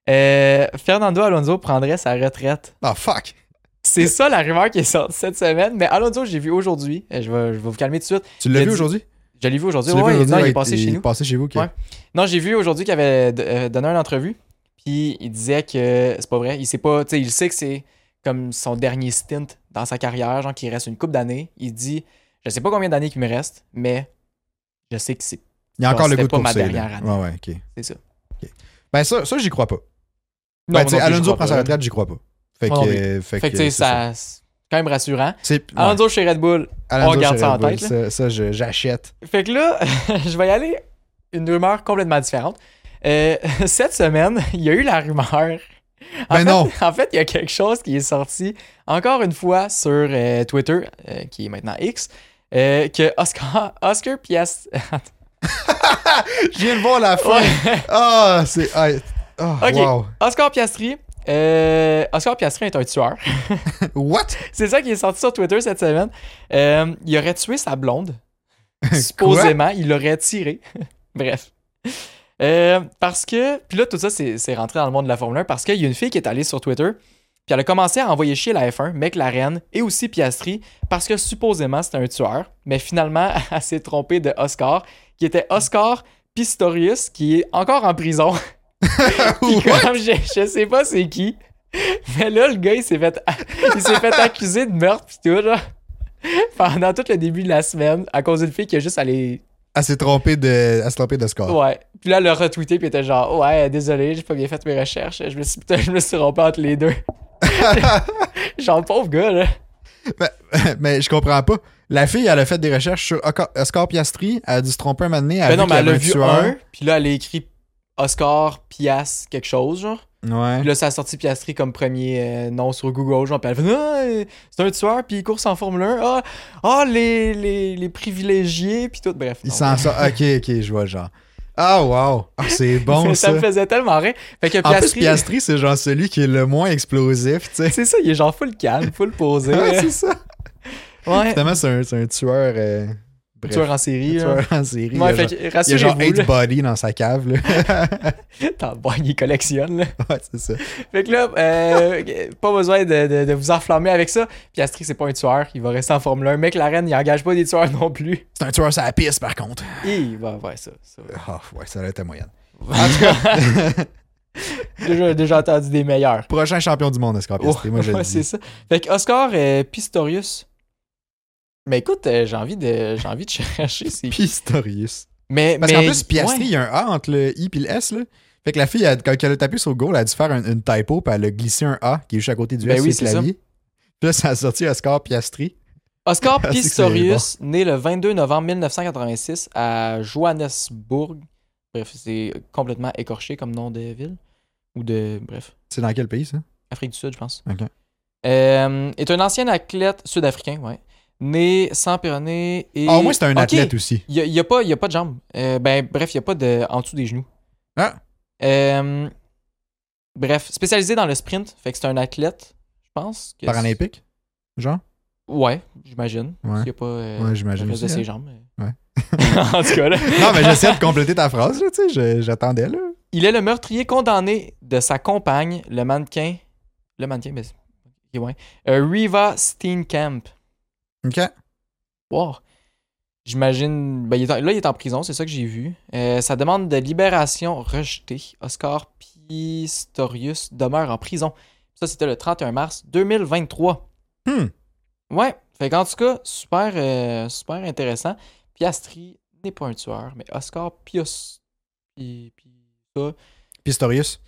Euh, Fernando Alonso prendrait sa retraite.
Ah, fuck!
C'est ça la rumeur qui est sortie cette semaine, mais Alonso, j'ai vu aujourd'hui. Euh, Je vais, je vais vous calmer tout de suite.
Tu
Il a
l'as vu
dit-
aujourd'hui?
Je l'ai vu
Tu
aujourd'hui.
l'as vu
Ouais,
aujourd'hui,
non, il
ouais,
est passé chez
Il est
nous.
passé chez vous, ok.
Ouais. Non, j'ai vu aujourd'hui qu'il avait d- euh, donné une entrevue, puis il disait que c'est pas vrai. Il sait pas, tu sais, il sait que c'est comme son dernier stint dans sa carrière, genre qu'il reste une coupe d'années. Il dit, je sais pas combien d'années qu'il me reste, mais je sais que c'est
Il y a
Bon,
encore le
c'était
goût de
pas ma
courser, là.
dernière année.
Ouais, ouais, ok.
c'est ça.
Ben, ça, ça j'y crois pas.
Non,
ben,
moi
tu sais,
non plus, je
Alonso
crois
prend
pas.
sa retraite, j'y crois pas. Fait que.
Moi non plus.
euh, Fait
Fait
que,
que tu sais,
c'est
ça,
ça.
c'est quand même rassurant.
C'est- ouais.
Alonso chez Red Bull.
Alonso
on garde
chez
ça en
Red Bull,
tête, là.
Ça, ça, je- j'achète.
Fait que là, je vais y aller une rumeur complètement différente. Euh, cette semaine, il y a eu la rumeur. En
Ben
fait,
non.
En fait, il y a quelque chose qui est sorti encore une fois sur euh, Twitter, euh, qui est maintenant X, euh, que Oscar, Oscar Piast.
Je viens de voir la fin.
Ouais.
Ah, c'est. Ah, ah,
Ok.
wow.
Oscar Piastri. euh, Oscar Piastri est un tueur.
What?
C'est ça qui est sorti sur Twitter cette semaine. Euh, il aurait tué sa blonde. Supposément, il l'aurait tiré. Bref. Euh, parce que, puis là, tout ça, c'est c'est rentré dans le monde de la Formule 1 parce qu'il y a une fille qui est allée sur Twitter, puis elle a commencé à envoyer chier la F1, McLaren et aussi Piastri, parce que supposément c'était un tueur, mais finalement, elle s'est trompée de Oscar, qui était Oscar Pistorius, qui est encore en prison. Puis comme je, je sais pas c'est qui, mais là, le gars, il s'est fait, il s'est fait accuser de meurtre pis tout, genre, pendant tout le début de la semaine, à cause d'une fille qui a juste allé...
Elle s'est trompée de, elle s'est trompée de score.
Ouais. Puis là, elle l'a retweeté pis elle était genre « Ouais, désolé, j'ai pas bien fait mes recherches. Je me suis, putain, je me suis trompé entre les deux. » Genre, pauvre gars, là.
mais je comprends pas. La fille, elle a fait des recherches sur Oca- Oscar Piastri. Elle a dû se tromper un moment donné. Elle
Ben non, mais elle a
vu
vu
qu'il y avait
un, puis là, elle a écrit Oscar Pias quelque chose, genre.
un.
Puis
Ouais.
là, ça a sorti Piastri comme premier euh, nom sur Google, genre, puis elle fait Ah, euh, c'est un tueur, puis il course en Formule 1. Ah, ah, les, les, les privilégiés, puis tout. Bref.
Il
non.
s'en sort. Ok, ok, je vois le genre. Ah, wow. Ah, c'est bon
Mais
ça.
ça me faisait tellement rire. Fait que
En plus,
Piastri,
Piastri, c'est genre celui qui est le moins explosif, tu sais.
c'est ça, il est
Ah,
genre full calme, full posé.
Ouais,
ouais.
c'est ça. Finalement, c'est un, c'est un tueur euh, Bref.
tueur en série. là.
Tueur en série.
Ouais,
il, y a
fait
genre,
que
il y a genre
rassurez-vous,
eight
là.
body dans sa cave. Là.
T'en vois, il collectionne. là.
ouais, c'est ça.
Fait que là, euh, pas besoin de, de- de vous enflammer avec ça. Puis Asterix, c'est pas un tueur. Il va rester en Formule 1. Mec, la reine, il engage pas des tueurs non plus.
C'est un tueur sur la piste, par contre.
Et, bah, ouais, ça. ça.
Ah, ouais, ça aurait été moyenne.
déjà, déjà entendu des meilleurs.
Prochain champion du monde, Escorpion.
Oh,
Ah, moi, je le
ouais,
dis.
c'est ça. Fait que Oscar euh, Pistorius. Mais écoute, euh, j'ai envie de j'ai envie de chercher c'est qui.
Pistorius.
Mais
Parce
mais-
qu'en plus, Piastri,
ouais.
il y a un A entre le I et le S. Là. Fait que la fille, elle- quand elle a tapé sur le goal, elle a dû faire un- une typo, puis elle a glissé un A qui est juste à côté du
Ben
S
oui,
sur
c'est
le
ça.
clavier. Puis là, ça a sorti Oscar Piastri.
Oscar
Ah, c'est que c'est
Pistorius, né le 22 novembre 1986 à Johannesburg. Bref, c'est complètement écorché comme nom de ville. Ou de. Bref,
C'est dans quel pays, ça?
Afrique du Sud, je pense.
Ok.
Euh, est un ancien athlète sud-africain, ouais. Né sans péroné et.
Ah, au moins, c'est un
Ok,
athlète aussi.
Il n'y a, il y a pas il y a pas de jambes. Euh, ben, bref, il n'y a pas de. en dessous des genoux.
Ah,
Euh, bref, spécialisé dans le sprint, fait que c'est un athlète, je pense. que
paralympique? Genre?
c'est- Ouais, j'imagine.
Ouais.
S'il y a pas euh,
Ouais, j'imagine
la reste de
aussi,
ses
hein.
jambes. euh.
Ouais.
en tout cas, là.
Non, mais j'essaie de compléter ta phrase, là, tu sais, je- j'attendais, là.
Il est le meurtrier condamné de sa compagne, le mannequin. Le mannequin, mais. ok, ouais. Euh, Riva Steenkamp.
OK.
Wow. J'imagine. ben, il est en- là, il est en prison, c'est ça que j'ai vu. Euh, sa demande de libération rejetée. Oscar Pistorius demeure en prison. Ça, c'était le 31 mars 2023.
Hmm.
Ouais. Fait qu'en tout cas, super, euh, super intéressant. Piastri n'est pas un tueur, mais Oscar Pius. Pi- Pi- ça,
Pistorius.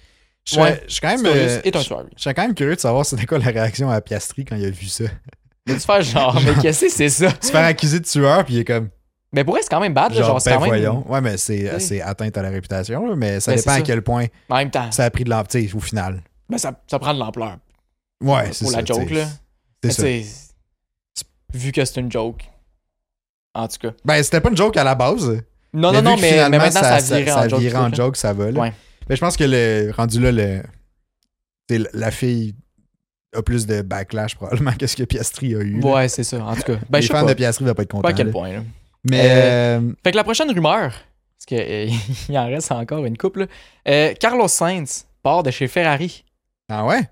Je,
Ouais,
je suis quand même...
Pistorius
euh,
est un
je-
tueur. lui.
je suis quand même curieux de savoir c'était quoi la réaction à Piastri quand il a vu ça.
Il a dû faire genre, mais qu'est-ce que c'est ça?
Se faire accuser de tueur, puis il est comme...
Mais pour vrai, c'est quand même bad, Hein? Ah, là,
Genre,
genre, c'est
ben
quand même.
voyons. Ouais, mais c'est
Oui.
c'est atteinte à la réputation, là, mais ça
Ben, c'est
dépend à
ça.
quel point
En même temps,
ça a pris de l'amplitude au final.
ben, ça, ça prend de l'ampleur.
Ouais,
Pour
c'est
la
ça,
joke,
t'sais.
là.
C'est
Mais
ça.
tu sais, Vu que c'est une joke. En tout cas.
Ben, c'était pas une joke à la base.
Non, non,
vu
non,
que
mais, mais
finalement,
maintenant, ça, a viré
ça
en joke.
virait en
tout ça.
joke, ça va. là.
Ouais.
Mais je pense que le rendu là, le, t'sais, la- la fille a plus de backlash probablement que ce que Piastri a eu. là.
Ouais, c'est ça, en tout cas. Ben,
Les
je sais
fans
pas,
de Piastri ne vont pas être contents.
pas à quel
là.
point. là.
Mais euh,
Fait que la prochaine rumeur, parce qu'il en reste encore une couple, là. Euh, Carlos Sainz part de chez Ferrari,
ah ouais.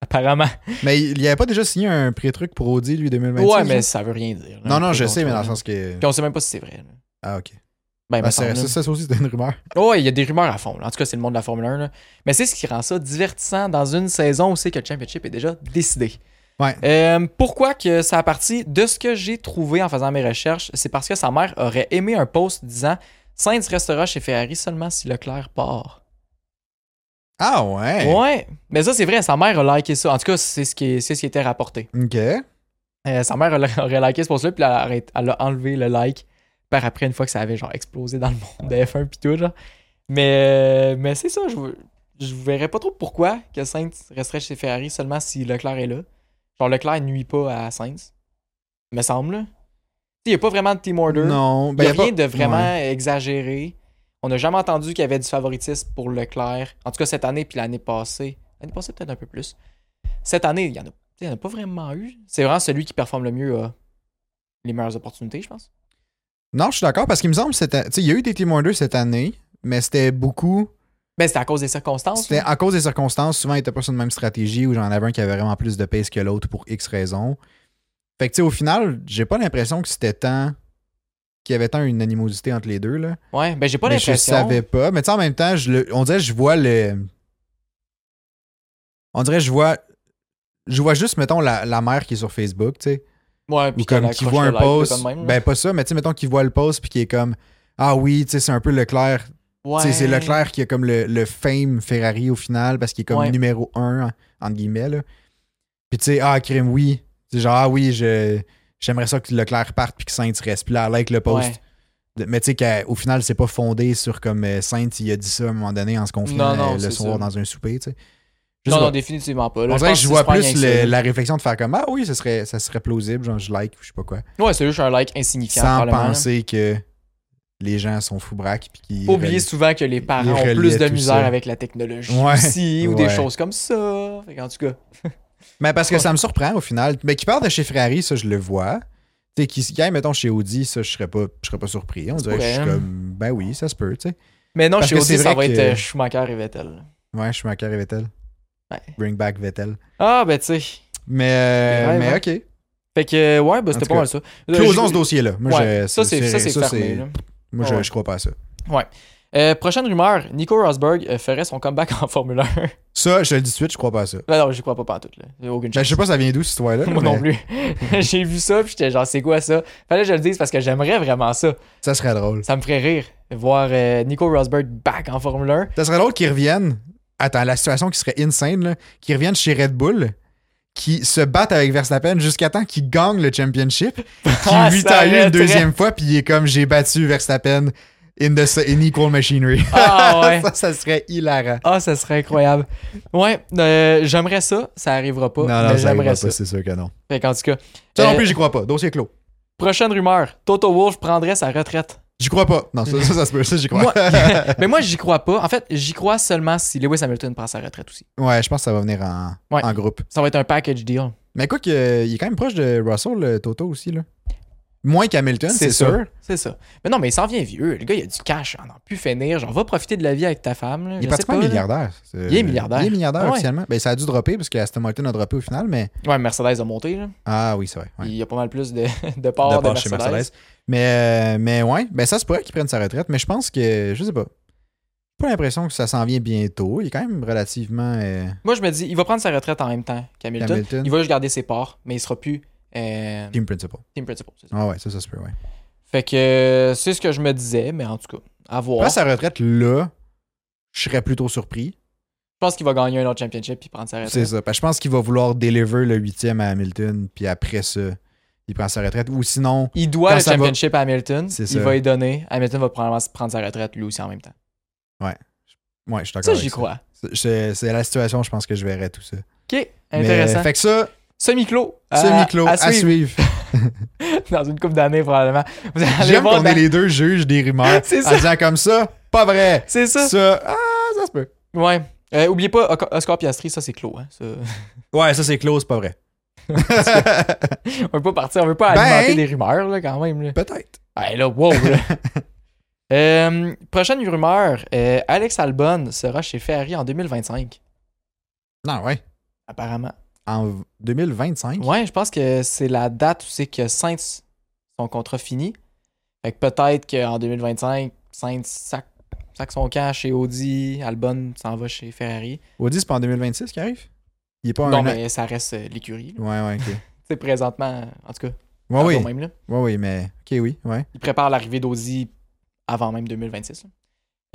apparemment.
Mais il n'y avait pas déjà signé un pré-truc pour Audi lui 2026.
ouais,
là?
mais ça veut rien dire. là,
non
un
non,
peu
je sais, mais dans
contre-
le sens que
Puis on sait même pas si c'est vrai. là.
ah ok.
Ben,
Ah,
me
c'est-
semble, là.
ça, ça, aussi c'était une rumeur.
Oh, il y a des rumeurs à fond. là. En tout cas, c'est le monde de la Formule 1. là. Mais c'est ce qui rend ça divertissant dans une saison où c'est que le championship est déjà décidé.
Ouais.
Euh, pourquoi que ça a parti de ce que j'ai trouvé en faisant mes recherches, c'est parce que sa mère aurait aimé un post disant Sainz restera chez Ferrari seulement si Leclerc part.
Ah ouais.
Ouais, mais ça c'est vrai, sa mère a liké ça. En tout cas, c'est ce qui, est- c'est ce qui était rapporté.
Ok.
Euh, sa mère a- aurait liké ce post-là, puis elle a, arrêt- elle a enlevé le like par après une fois que ça avait genre explosé dans le monde de F1 puis tout genre. Mais, euh, mais c'est ça, je vous- je vous verrais pas trop pourquoi que Sainz resterait chez Ferrari seulement si Leclerc est là. Genre Leclerc nuit pas à Sainz. Me semble. là. Il n'y a pas vraiment de team order.
Non.
Il
Ben,
n'y a
y a
rien
pas-
de vraiment
Ouais.
exagéré. On n'a jamais entendu qu'il y avait du favoritisme pour Leclerc. En tout cas, cette année puis l'année passée. L'année passée, peut-être un peu plus. Cette année, il n'y en, a- il y en a pas vraiment eu. C'est vraiment celui qui performe le mieux a les meilleures opportunités, je pense.
Non, je suis d'accord parce qu'il me semble que c'était- tu sais, il y a eu des Team Order cette année, mais c'était beaucoup.
Ben, c'était à cause des circonstances.
C'était
là.
à cause des circonstances, souvent ils n'étaient pas sur la même stratégie ou j'en avais un qui avait vraiment plus de pace que l'autre pour X raisons. Fait que tu sais, au final, j'ai pas l'impression que c'était tant qu'il y avait tant une animosité entre les deux. Là.
Ouais, ben, j'ai pas
mais je
l'impression.
savais pas. Mais tu sais, en même temps, je le- on dirait que je vois le. On dirait que je vois. Je vois juste, mettons, la, la mère qui est sur Facebook, tu sais.
Ouais,
Ou
puis
comme
qu'elle
qui
accroche
voit
le
un
like, là,
post.
comme même, là.
ben, pas ça, mais tu sais, mettons, qui voit le post puis qui est comme. Ah oui, tu sais, c'est un peu Leclerc. Tu sais,
Ouais.
C'est Leclerc qui a comme le, le fame Ferrari au final parce qu'il est comme
Ouais.
numéro 1, en- entre guillemets. Là. Puis tu sais, ah, crime, oui. C'est genre, ah oui, je, j'aimerais ça que Leclerc parte puis que Sainz reste. Puis là, like le post.
Ouais.
De- Mais tu sais qu'au final, c'est pas fondé sur comme euh, Sainte, il a dit ça à un moment donné en se confinant
Non, non,
euh, le
c'est
soir
ça.
dans un souper. tu sais. Je sais
Non,
pas.
non, définitivement pas. là.
on dirait que
pense
je vois
c'est pas rien
plus
que
le-
ça, là.
la réflexion de faire comme Ah oui, ça serait, ça serait plausible, genre je like ou je sais pas quoi.
Ouais, c'est juste un like insignifiant.
Sans
probablement, là.
penser que les gens sont fous braques. Puis qu'ils
Faut oublier
relient-
souvent que les parents ont
reliaient
plus de
tout
misère
ça.
avec la technologie
Ouais,
aussi, ou des
ouais.
choses comme ça. Fait en tout cas,
Mais parce que ça me surprend au final. Mais qui part de chez Ferrari, ça je le vois. Tu Tu sais, qui qui aille, mettons, chez Audi, ça, je serais pas, je serais pas surpris. On
Ça se
dirait que je suis
pourrait. hein.
comme, ben oui, ça se peut, tu sais.
Mais non,
Parce
chez
que
Audi,
c'est
ça va
vrai
être
que-
euh, Schumacher et Vettel.
Ouais, Schumacher et Vettel.
Ouais.
Bring back Vettel.
Ah, ben, tu sais.
Mais, euh,
Ouais,
mais
ouais.
ok.
Fait que, ouais, ben,
En
c'était
tout
pas
cas,
mal ça. Euh,
Closons
j'ai-
ce dossier-là. Moi,
Ouais,
je-
ça, c'est ça, c'est fermé. là.
Moi,
Ouais.
je, je crois pas à ça.
Euh, prochaine rumeur, Nico Rosberg euh, ferait son comeback en Formule 1.
Ça, je te le dis tout de suite, je crois pas à ça.
non, non, j'y crois pas partout. Là. J'ai Aucune
Ben,
chance.
je sais pas, ça vient d'où cette histoire-là.
Moi
mais
non plus. J'ai vu ça, puis j'étais genre, c'est quoi ça? Fallait que je le dise parce que j'aimerais vraiment ça.
Ça serait drôle.
Ça me ferait rire. Voir euh, Nico Rosberg back en Formule 1.
Ça serait drôle qu'ils reviennent. Attends, la situation qui serait insane, là, qu'ils reviennent chez Red Bull, qui se battent avec Verstappen jusqu'à temps qu'ils gagnent le championship, qui
Ah,
lui
ça
taille une
arrêterait.
deuxième fois, puis il est comme j'ai battu Verstappen in, the, in equal machinery.
Ah ouais.
ça, ça serait hilarant.
Ah, ça serait incroyable. Ouais, euh, j'aimerais ça. Ça arrivera pas.
non,
mais
non, ça arrivera
j'aimerais
pas,
ça.
c'est sûr que non.
Fait qu'en tout cas,
Ça
euh,
non plus, j'y crois pas. Dossier clos.
prochaine rumeur, Toto Wolff prendrait sa retraite.
J'y crois pas. Non, ça, ça, ça se peut, ça, j'y crois.
Moi, mais moi, j'y crois pas. En fait, j'y crois seulement si Lewis Hamilton prend sa retraite aussi.
ouais, je pense que ça va venir en,
Ouais.
en groupe.
Ça va être un package deal.
Mais quoi qu'il est quand même proche de Russell, le Toto aussi, là. Moins qu'Hamilton, c'est
ça.
sûr.
C'est ça. Mais non, mais il s'en vient vieux. Le gars, il a du cash. On a pu finir. Genre, va profiter de la vie avec ta femme. là.
Il est
Je sais
pratiquement
pas, là.
milliardaire. c'est-
Il est milliardaire.
Il est milliardaire
Ah ouais.
officiellement. Ben, ça a dû dropper parce qu'Aston Martin a droppé au final, mais.
Ouais, Mercedes a monté. Là.
Ah oui, c'est vrai. ouais.
Il y a pas mal plus de, de parts de,
De part
Mercedes.
chez Mercedes. Mais, euh, mais ouais, ben ça se pourrait qu'il prenne sa retraite, mais je pense que. Je sais pas. J'ai pas l'impression que ça s'en vient bientôt. Il est quand même relativement. euh,
Moi, je me dis, il va prendre sa retraite en même temps qu'Hamilton.
Hamilton.
Il va juste garder ses parts, mais il sera plus euh,
team principal.
team principal. c'est ça.
Ah ouais, ça, ça se peut, ouais.
Fait que euh, c'est ce que je me disais, mais en tout cas, à voir.
Après sa retraite, là, je serais plutôt surpris.
Je pense qu'il va gagner un autre championship puis prendre sa retraite.
C'est ça. Parce que je pense qu'il va vouloir deliver le huitième à Hamilton, puis après ça, il prend sa retraite. Ou sinon,
Il doit
Quand
le
ça va-
championship à Hamilton.
C'est
Il
ça.
va y donner. Hamilton va probablement se prendre sa retraite lui aussi en même temps.
ouais, je suis d'accord.
Ça,
avec
j'y crois.
C'est- C'est c'est la situation, je pense que je verrais tout ça.
OK,
Mais,
intéressant.
fait que ça,
Semi-clos. à-
semi-clos,
à
à,
suivre.
suivre.
dans une coupe d'années probablement. Vous allez
J'aime
voir
qu'on
dans-
est les deux juges des rumeurs
C'est
en
ça,
disant comme ça, pas vrai.
c'est ça.
Ça, ah, ça se peut.
Ouais. Euh, oubliez pas Oco- Oscar Piastri, ça c'est clos. Hein. ça.
Ouais, ça c'est clos, c'est pas vrai.
On veut pas partir, on veut pas
Ben.
alimenter des rumeurs là, quand même. Là.
Peut-être.
Ouais, Ah, là, wow. là. Euh, prochaine rumeur, euh, Alex Albon sera chez Ferrari en 2025,
Non, ouais.
apparemment.
En 2025.
Ouais, je pense que c'est la date où c'est que Sainz, son contrat finit. Fait que peut-être qu'en 2025, Sainz sac, sac son camp chez Audi, Albon s'en va chez Ferrari.
Audi, c'est pas en 2026 qui arrive? Il est pas
Non,
un an-
mais ça reste euh, l'écurie. là.
Ouais, ouais,
Tu
ok.
sais, présentement, en tout cas,
Ouais, Ah oui.
avant même, là,
Ouais, oui, mais. Ok, oui, ouais.
il prépare l'arrivée d'Audi avant même 2026. là.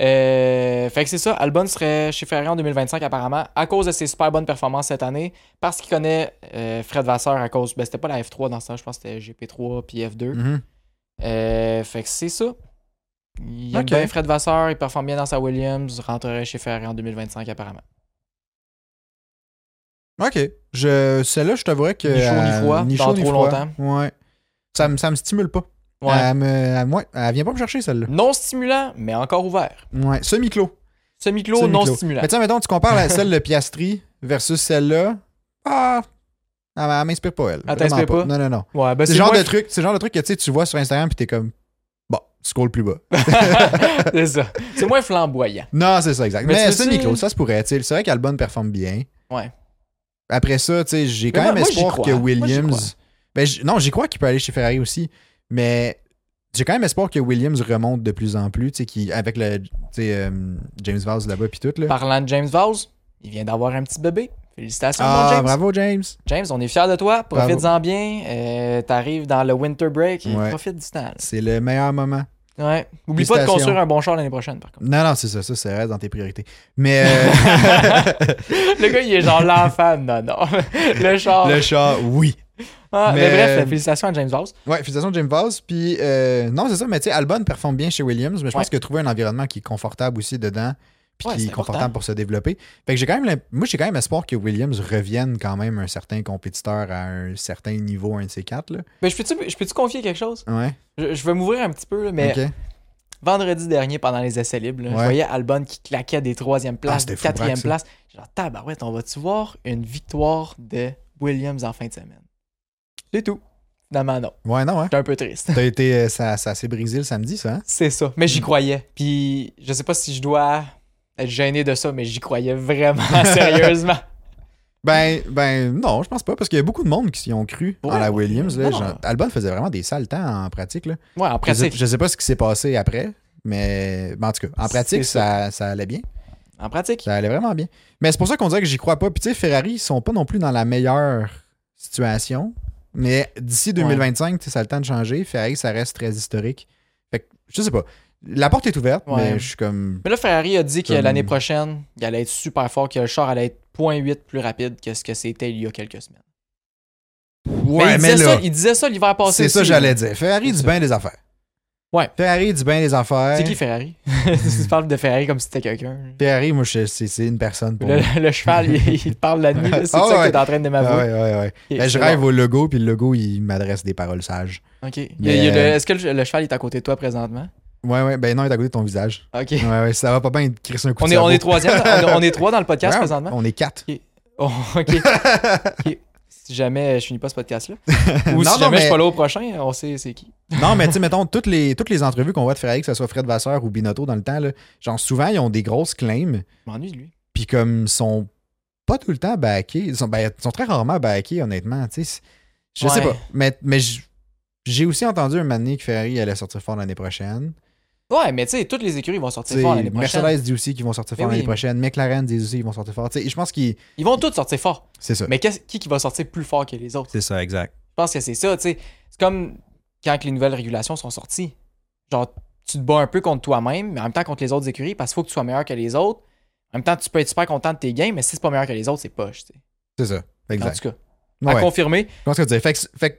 Euh, fait que c'est ça, Albon serait chez Ferrari en 2025 apparemment, à cause de ses super bonnes performances cette année, parce qu'il connaît euh, Fred Vasseur à cause, ben c'était pas la F3 dans ce temps, je pense que c'était GP3 puis F2.
Mhm.
Euh, fait que c'est ça. Il aime
Ok.
bien Fred Vasseur, il performe bien dans sa Williams, rentrerait chez Ferrari en 2025 apparemment.
Ok. Je, celle-là, je t'avouerais que.
Ni chaud, ni
euh,
froid, dans trop
froid.
longtemps.
Ouais. Ça me, ça me stimule pas.
Ouais.
Elle, me, elle- ouais, elle vient pas me chercher, celle-là.
Non stimulant, mais encore ouvert.
Ouais. Semi-clos.
Semi-clos,
Semi-clos.
non stimulant.
Mais tu sais, mettons, tu compares la- celle de Piastri versus celle-là. Ah! Elle, elle m'inspire pas, elle.
Elle Ah, t'inspire
Vraiment
pas?
Non, non, non.
Ouais, ben
C'est
c'est
le genre,
moi,
de truc- c'est le genre de truc que tu sais, tu vois sur Instagram puis t'es comme. Bon, tu scrolles plus bas.
c'est ça. C'est moins flamboyant.
Non, c'est ça, exact.
Mais
Mais,
tu veux-tu-
semi clos ça se pourrait. tu sais. C'est vrai qu'Albon performe bien.
Ouais.
Après ça, tu sais, j'ai quand
moi-
même
moi, j'y
espoir
crois.
que
Moi, j'y
Williams.
crois.
Ben, j- non, j'y crois qu'il peut aller chez Ferrari aussi. Mais j'ai quand même espoir que Williams remonte de plus en plus. Tu sais, qu'il- avec le, tu sais, euh, James Vaz là-bas puis tout. Là.
Parlant de James Vowles, il vient d'avoir un petit bébé. Félicitations, mon
ah,
James.
bravo, James.
James, on est fiers de toi.
Bravo.
Profites-en bien. Euh, T'arrives dans le winter break et
Ouais.
profite du temps.
C'est le meilleur moment.
là. Ouais. Oublie pas de
Félicitations.
construire un bon char l'année prochaine, par contre.
Non, non, c'est ça, ça, ça reste dans tes priorités. Mais euh,
Le gars, il est genre l'enfant. Non, non. Le char.
euh, le chat, oui.
Ah, mais...
mais-
bref, félicitations à James Vowles.
Ouais, félicitations James Vaz. Puis euh, non, c'est ça, mais tu sais, Albon performe bien chez Williams, mais je pense que trouver un environnement qui est confortable aussi dedans, puis
Ouais,
qui
c'est
est confortable
important.
pour se développer. Fait que j'ai quand même, l'imp- moi j'ai quand même espoir que Williams revienne quand même un certain compétiteur à un certain niveau, un de ces quatre là.
Mais je peux-tu je peux confier quelque chose?
Ouais.
Je, je vais m'ouvrir un petit peu, là, mais
ok.
vendredi dernier, pendant les essais libres, là, je
Ouais.
voyais Albon qui claquait des troisième
Ah,
places,
c'était
des
fou,
quatrième
braque,
places.
ça.
Genre, tabarouette, on va-tu voir une victoire de Williams en fin de semaine? C'est tout. Finalement, non.
Ouais, non, hein?
J'étais un peu triste.
T'as été. euh, Ça, ça s'est brisé le samedi, ça, hein?
C'est ça. Mais j'y croyais. Puis je sais pas si je dois être gêné de ça, mais j'y croyais vraiment sérieusement.
Ben, ben, non, je pense pas, parce qu'il y a beaucoup de monde qui y ont cru
Ouais.
à la Williams. Là,
Non,
Genre,
non.
Albon faisait vraiment des sales temps en pratique. Là.
Ouais, en
Je sais-
pratique.
Je, sais pas ce qui s'est passé après, mais ben, en tout cas, en
C'est
pratique, ça, ça allait bien.
En pratique.
Ça allait vraiment bien. Mais c'est pour ça qu'on dirait que j'y crois pas. Puis tu sais, Ferrari, ils sont pas non plus dans la meilleure situation. Mais d'ici 2025, tu sais, ça a le temps de changer. Ferrari, ça reste très historique. Fait que, je sais pas. La porte est ouverte,
Ouais.
mais je suis comme.
Mais là, Ferrari a dit que
Comme-
l'année prochaine, il allait être super fort, que le char allait être 0.8 plus rapide que ce que c'était il y a quelques semaines.
Ouais,
il,
mais,
disait
là,
ça, il disait ça l'hiver passé.
c'est ça que
aussi, là.
j'allais dire. Ferrari
C'est
dit
ça.
bien des affaires.
Ouais.
Ferrari dit bien des affaires.
C'est qui Ferrari Tu parles de Ferrari comme si c'était quelqu'un.
Ferrari, moi, je- c'est c'est une personne pour moi.
Le, le cheval, il, il parle la nuit, là, c'est
Ah
ça
ouais.
que t'es en train de
Ah
m'avouer.
ouais, ouais, ouais.
Ok,
Ben, je
c'est
rêve
bon.
au logo, puis le logo, il m'adresse des paroles sages.
Ok. Il y a- il y a
Mais-
le- Est-ce que le, le cheval est à côté de toi présentement
Ouais, ouais, ben non, il est à côté de ton visage.
Ok.
Ouais, ouais, ça va pas bien de crisser un coup
On
de
est, on
sabot.
est troisième, on, est- on est trois dans le podcast
Ouais,
présentement.
On est quatre.
Oh, ok. Ok. Si jamais je finis pas ce podcast-là, ou
Non,
si
non,
jamais je
mais-
suis pas là au prochain, on sait c'est qui.
non, mais tu sais, mettons, toutes les, toutes les entrevues qu'on voit de Ferrari, que ce soit Fred Vasseur ou Binotto dans le temps, là, genre souvent, ils ont des grosses claims,
Je m'ennuie de lui.
puis comme ils sont pas tout le temps backés, ils sont, ben, ils sont très rarement backés, honnêtement. tu sais. C'est- Je sais
Ouais.
pas, mais, mais j- j'ai aussi entendu un moment donné que Ferrari allait sortir fort l'année prochaine.
Ouais, mais tu sais, toutes les écuries vont sortir
T'sais,
fort l'année prochaine.
Mercedes dit aussi qu'ils vont sortir
Mais
fort l'année
oui.
prochaine. McLaren dit aussi qu'ils vont sortir fort. T'sais, je pense qu'ils.
Ils vont toutes sortir fort.
C'est ça.
Mais qu'est-ce- qui qui va sortir plus fort que les autres
C'est ça, exact.
Je pense que c'est ça, tu sais. C'est comme quand que les nouvelles régulations sont sorties. Genre, tu te bats un peu contre toi-même, mais en même temps contre les autres écuries, parce qu'il faut que tu sois meilleur que les autres. En même temps, tu peux être super content de tes gains, mais si c'est pas meilleur que les autres, c'est poche, tu sais.
C'est ça.
En
Exact.
tout cas, à
Ouais.
confirmer.
Je pense que tu disais. Fait que, fait que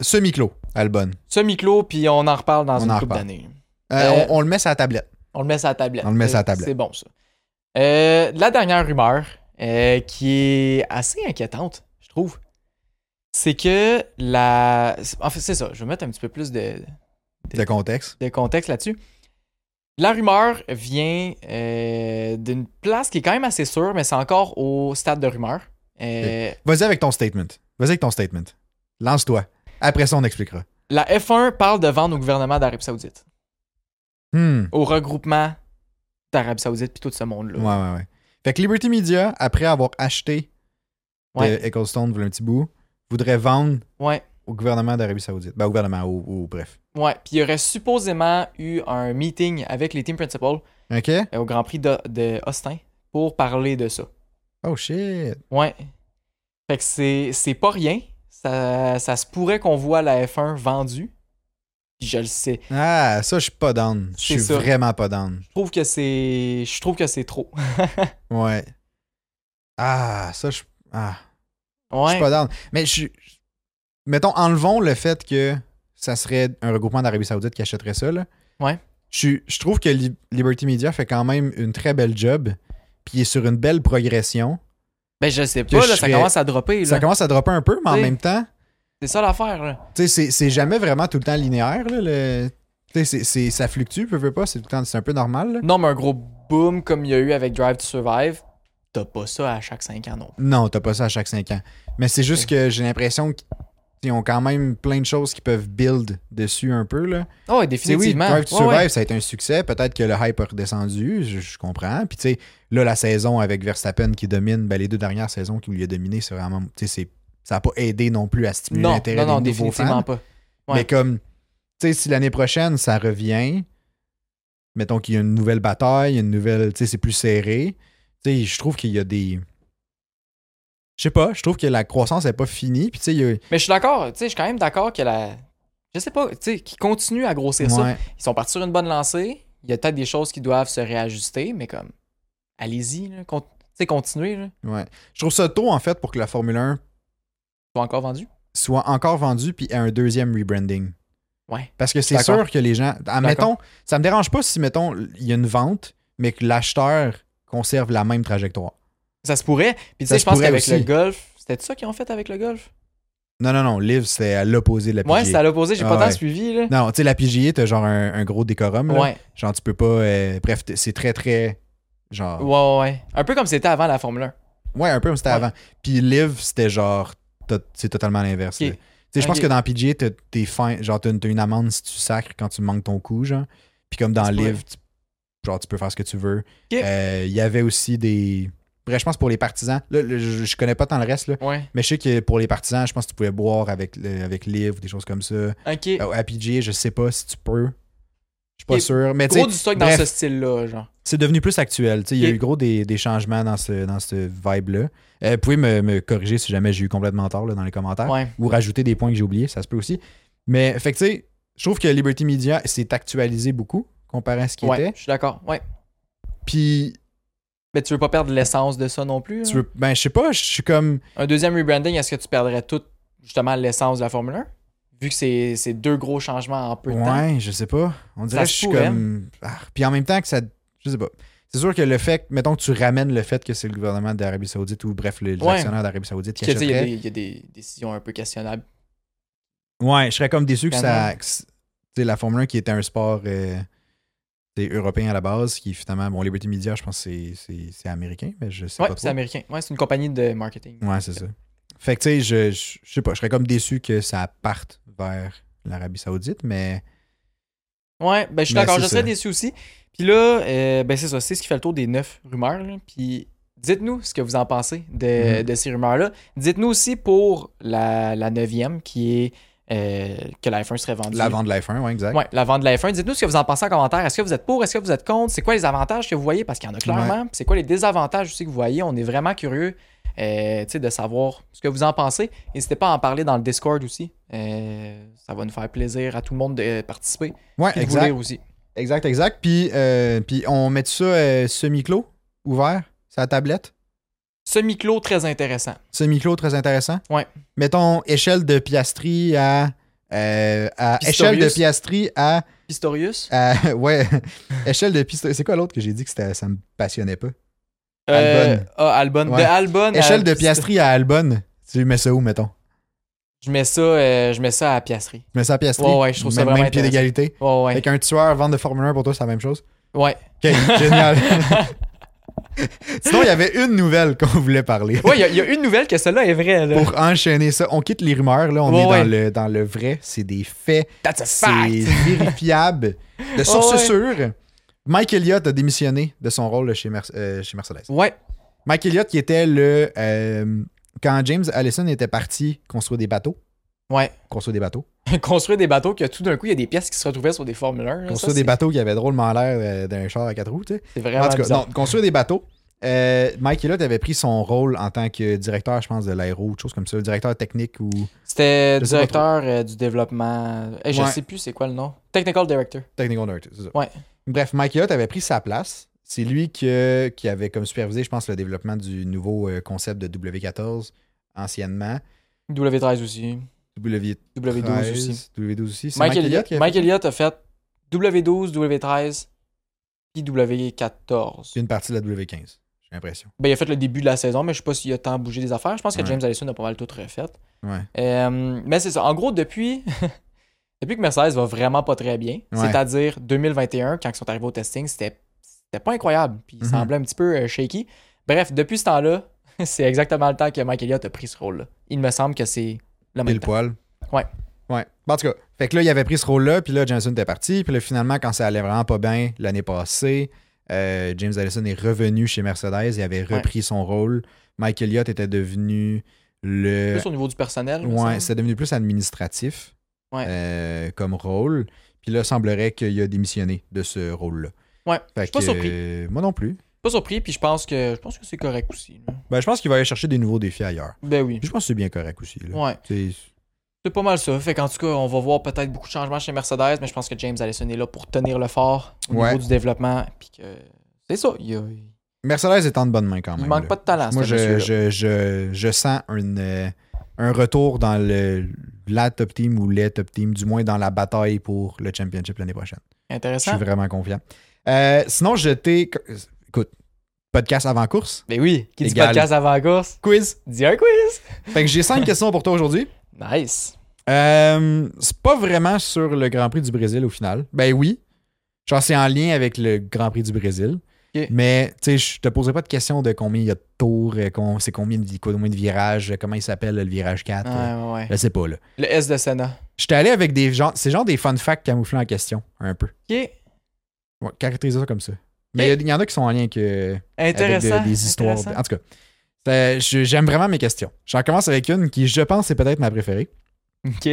semi-clos, Albon.
Semi-clos, puis on en reparle dans
On en
une couple
reparle.
d'années.
Euh,
Euh,
on, on le met sur la tablette.
On le met sur la tablette.
On le met sur la
C'est-
tablette.
C'est bon, ça. Euh, la dernière rumeur, euh, qui est assez inquiétante, je trouve, c'est que la. En fait, c'est ça. Je vais mettre un petit peu plus de,
Le contexte.
de contexte là-dessus. La rumeur vient euh, d'une place qui est quand même assez sûre, mais c'est encore au stade de rumeur. Euh,
Vas-y avec ton statement. Vas-y avec ton statement. Lance-toi. Après ça, on expliquera.
La F1 parle de vendre au gouvernement d'Arabie Saoudite,
Hmm.
au regroupement d'Arabie Saoudite, puis tout ce monde-là.
Ouais, ouais, ouais. Fait que Liberty Media, après avoir acheté de
Ouais.
Ecclestone, voilà un petit bout, voudrait vendre
Ouais.
au gouvernement d'Arabie Saoudite. Ben, au gouvernement, au, au- bref.
Ouais, puis il y aurait supposément eu un meeting avec les team principal
OK?
euh, au Grand Prix de, de Austin pour parler de ça.
Oh shit.
Ouais. Fait que c'est, c'est pas rien. Ça, ça se pourrait qu'on voit la F1 vendue. Puis Je le sais.
Ah, ça, je suis pas down. Je
C'est
suis
ça.
vraiment pas down.
Je trouve que c'est. Je trouve que c'est trop.
Ouais. Ah, ça, je. Ah, je
Ouais.
suis pas down. Mais je suis. Mettons, enlevons le fait que ça serait un regroupement d'Arabie Saoudite qui achèterait ça, là.
Ouais.
Je, suis- je trouve que Li- Liberty Media fait quand même une très belle job, puis il est sur une belle progression.
Ben je sais
Que
pas, là,
je
ça
serais-
commence à dropper. Là.
Ça commence à dropper un peu, mais en
Oui.
même temps,
C'est ça l'affaire. Là.
tu sais, c'est- c'est jamais vraiment tout le temps linéaire, là. le- Tu sais, c'est- c'est- ça fluctue, peu, peu pas, c'est tout le temps- c'est un peu normal, là.
Non, mais un gros boom comme il y a eu avec Drive to Survive, t'as pas ça à chaque 5 ans non.
Non, t'as pas ça à chaque 5 ans. Mais c'est juste que j'ai l'impression qu'ils ont quand même plein de choses qui peuvent build dessus un peu. Là.
Oh, ouais,
Tu sais, oui,
définitivement.
Drive to
Ouais, ouais.
Survive, ça a été un succès. Peut-être que le hype a redescendu, je, je comprends. Puis tu sais, là, la saison avec Verstappen qui domine, ben, les deux dernières saisons qui lui a dominé, c'est vraiment. tu sais, c'est- ça n'a pas aidé non plus à stimuler
Non,
l'intérêt
non, non,
des nouveaux fans.
définitivement pas. Ouais.
Mais comme, tu sais, si l'année prochaine, ça revient, mettons qu'il y a une nouvelle bataille, une nouvelle, tu sais, c'est plus serré, tu sais, je trouve qu'il y a des... Je sais pas, je trouve que la croissance n'est pas finie, puis tu sais, il y a...
Mais je suis d'accord, tu sais, je suis quand même d'accord que la. Je sais pas, tu sais, qu'ils continuent à grossir ça.
Ouais.
Ils sont partis sur une bonne lancée. Il y a peut-être des choses qui doivent se réajuster, mais comme. Allez-y, là, con- tu sais, continuez, là.
ouais. Je trouve ça tôt, en fait, pour que la Formule 1
Ils sont encore vendus.
soit encore vendue, puis ait un deuxième rebranding.
Ouais.
Parce que c'est
D'accord.
sûr que les gens... ah, mettons, ça me dérange pas si, mettons, il y a une vente, mais que l'acheteur conserve la même trajectoire.
Ça se pourrait. Puis tu sais,
Ça se
je pense
pourrait
qu'avec
aussi.
le golf, c'était ça qu'ils ont fait avec le golf.
Non, non, non, Liv, c'est à l'opposé de la
Ouais,
PGA.
c'était à l'opposé, j'ai
Ah
pas tant
ouais.
suivi, là.
Non, tu sais, la PGA, t'as genre un, un gros décorum. là.
Ouais,
Genre, tu peux pas. euh, bref, t- c'est très, très. Genre.
ouais, ouais, ouais. Un peu comme c'était avant la Formule 1.
Ouais, un peu comme c'était
Ouais.
avant. Puis Live, c'était genre. to- C'est totalement l'inverse.
Ok.
là. sais, je pense
Ok.
que dans PGA, t'as t'es fin, genre t'as une, t'as une amende si tu sacres quand tu manques ton coup, genre. Puis comme dans
C'est pas
Live, tu- genre tu peux faire ce que tu veux. Euh,
Ok.
Il y avait aussi des. Bref, je pense pour les partisans, là, le- je, je connais pas tant le reste, là,
Ouais.
mais je sais que pour les partisans, je pense que tu pouvais boire avec, le- avec Live ou des choses comme ça.
Ok.
Euh, À PGA, je sais pas si tu peux. Je suis pas
Ok.
sûr. Mais tu sais,
Gros du stock
bref.
dans ce style-là, genre.
c'est devenu plus actuel. tu sais, Il y a
Ok.
eu gros des, des changements dans ce, dans ce vibe-là. Euh, vous pouvez me, me corriger si jamais j'ai eu complètement tort là, dans les commentaires
Ouais.
ou rajouter des points que j'ai oubliés, ça se peut aussi. Mais fait que tu sais, je trouve que Liberty Media s'est actualisé beaucoup comparé à ce qu'il
Ouais.
était.
Je suis d'accord. Ouais.
Puis
Mais tu veux pas perdre l'essence de ça non plus.
tu
hein?
veux ben je sais pas, je suis comme
Un deuxième rebranding, est-ce que tu perdrais tout, justement, l'essence de la Formule 1 Vu que c'est c'est deux gros changements en peu de temps.
ouais, je sais pas. On dirait
Ça
que je
se
suis
pourrait.
comme Ah, puis en même temps que ça je sais pas. C'est sûr que le fait que, mettons que tu ramènes le fait que c'est le gouvernement d'Arabie Saoudite ou bref, les les
Ouais.
actionnaires d'Arabie Saoudite qui
Puis, tu sais, Il y, a
achèteraient.
des- il y a des décisions un peu questionnables.
Ouais, je serais comme déçu que ça.
Vraiment.
que c- Tu sais, la Formule 1 qui était un sport euh, tu sais, européen à la base, qui finalement, bon, Liberty Media, je pense que c'est- c'est c'est américain, mais je sais
Ouais,
pas
c'est
trop.
américain. Ouais, c'est une compagnie de marketing.
Ouais, c'est ça. Fait que, tu sais, je, je, je sais pas, je serais comme déçu que ça parte vers l'Arabie Saoudite, mais
Ouais, ben je suis
Ben,
d'accord,
c'est
je
ça.
serais déçu aussi. Puis là, euh, ben c'est ça, c'est ce qui fait le tour des neuf rumeurs. là. Puis dites-nous ce que vous en pensez de,
Mhm.
de ces rumeurs-là. Dites-nous aussi pour la, la neuvième qui est euh, que la F1 serait vendue.
l'avant de la F1, ouais, exact.
Ouais, la vente de la F1. Dites-nous ce que vous en pensez en commentaire. Est-ce que vous êtes pour? Est-ce que vous êtes contre? C'est quoi les avantages que vous voyez? Parce qu'il y en a clairement. Puis C'est quoi les désavantages aussi que vous voyez? On est vraiment curieux euh, tu sais, de savoir ce que vous en pensez. N'hésitez pas à en parler dans le Discord aussi. Euh, ça va nous faire plaisir à tout le monde de euh, participer.
Ouais,
Puis de vous
exact,
lire aussi.
exact, exact. Puis, euh, puis on met ça euh, semi-clos, ouvert, sur la tablette.
Semi-clos très intéressant.
Semi-clos, très intéressant.
Ouais.
Mettons échelle de Piastri à. euh, à
Pistorius.
échelle de Piastri à.
Pistorius.
à- Euh, ouais. échelle de Piastri. C'est quoi l'autre que j'ai dit que c'était- ça me passionnait pas?
Euh,
Albon.
ah, Albon.
Ouais.
De Albon. à
Échelle de
Pisto-
Piastri à Albon. Tu mets ça où, mettons?
Je mets ça, euh, je mets ça à Piastri.
Tu mets ça à Piastri.
Ouais, ouais, je trouve ça
Même-
vraiment
Même pied
intéressant.
d'égalité.
Ouais, ouais.
Avec un tueur vente de Formule 1 pour toi, c'est la même chose.
Ouais.
Ok, génial. Sinon, il y avait une nouvelle qu'on voulait parler.
Ouais, il y a- il y, a une nouvelle que celle-là est vraie. Là.
Pour enchaîner ça, on quitte les rumeurs, là, on
Ouais,
est
ouais.
dans, le, dans le vrai, c'est des faits,
That's a fact.
c'est vérifiable, de sources
Ouais, ouais.
sûres. Mike Elliott a démissionné de son rôle là, chez, Merce- euh, chez Mercedes.
Ouais.
Mike Elliott qui était le... euh, quand James Allison était parti construire des bateaux,
Ouais.
construire des bateaux,
Construire des bateaux que tout d'un coup, il y a des pièces qui se retrouvaient sur des Formule 1. là. Ça,
construire des
c'est-
bateaux qui avaient drôlement l'air euh, d'un char à quatre roues, tu sais.
C'est vraiment
en tout cas,
bizarre.
non, construire des bateaux. Euh, Mike Elliott avait pris son rôle en tant que directeur, je pense, de l'aéro, ou chose comme ça, directeur technique ou
C'était
Je sais pas
directeur euh, du développement. Eh, je
Ouais.
sais plus c'est quoi le nom. Technical Director.
technical director, c'est ça.
Ouais.
Bref, Mike Elliott avait pris sa place. C'est lui que- qui avait comme supervisé, je pense, le développement du nouveau euh, concept de W14 anciennement.
W13 aussi.
W12
W12 aussi.
W12 aussi. C'est
Mike, Elliott,
qui a
Mike
fait
Elliott a fait W12, W13 puis W14.
une partie de la W15, j'ai l'impression.
Ben, il a fait le début de la saison, mais je sais pas s'il a tant bougé des affaires. Je pense que
Ouais.
James Allison a pas mal tout refait.
Ouais.
Euh, mais c'est ça. En gros, depuis, depuis que Mercedes va vraiment pas très bien,
Ouais.
c'est-à-dire 2021, quand ils sont arrivés au testing, c'était c'était pas incroyable. Puis il
Mhm.
semblait un petit peu euh, shaky. Bref, depuis ce temps-là, c'est exactement le temps que Mike Elliott a pris ce rôle-là. Il me semble que c'est le
Pile
même temps.
poil.
Ouais.
Ouais. Bon, en tout cas, fait que là, il avait pris ce rôle-là, puis là, Johnson était parti, puis là, finalement, quand ça allait vraiment pas bien l'année passée, euh, James Allison est revenu chez Mercedes, il avait
Ouais.
repris son rôle. Mike Elliott était devenu le.
Plus au niveau du personnel. il me
euh, Ouais,
semble.
c'était devenu plus administratif
Ouais.
euh, comme rôle. Puis là, semblerait qu'il a démissionné de ce rôle-là.
Ouais,
Fait
je suis pas
que,
surpris.
euh, moi non plus.
Pas surpris, puis je pense que je pense que c'est correct aussi. là.
Ben, je pense qu'il va aller chercher des nouveaux défis ailleurs.
Ben oui.
Puis je pense que c'est bien correct aussi. là.
Ouais.
C'est-
C'est pas mal ça. Fait qu'en tout cas, on va voir peut-être beaucoup de changements chez Mercedes, mais je pense que James Allison est là pour tenir le fort au
Ouais.
niveau du développement. Puis que c'est ça. Il, y a- il
Mercedes est en de bonnes mains quand même.
manque
Ah, là.
pas de talent.
Moi,
ce
je,
monsieur-là.
je, je, je sens une, euh, un retour dans le, la top team ou les top team, du moins dans la bataille pour le championship l'année prochaine. Je suis
Intéressant.
vraiment confiant. Euh, sinon, je t'ai. Écoute, podcast avant course,
Mais Ben oui, qui dit
Égal.
podcast avant la course,
quiz.
dit un quiz.
Fait que j'ai cinq questions pour toi aujourd'hui.
Nice.
Euh, c'est pas vraiment sur le Grand Prix du Brésil au final. Ben oui. Genre, c'est en lien avec le Grand Prix du Brésil.
Ok.
Mais tu sais, je te poserai pas de question de combien il y a de tours, euh, con- c'est combien de, combien de virages, euh, comment il s'appelle le virage 4. euh,
Ah, Ouais, ouais, ouais.
Je sais pas là.
Le S de Senna.
J'étais allé avec des gens. C'est genre des fun facts camouflés en question, un peu.
Ok.
Ouais, caractériser ça comme ça. Mais il y a- il y en a qui sont en lien que avec
Intéressant.
de- des histoires.
intéressant.
En tout cas, ça- je- j'aime vraiment mes questions. J'en commence avec une qui, je pense, est peut-être ma préférée.
Ok.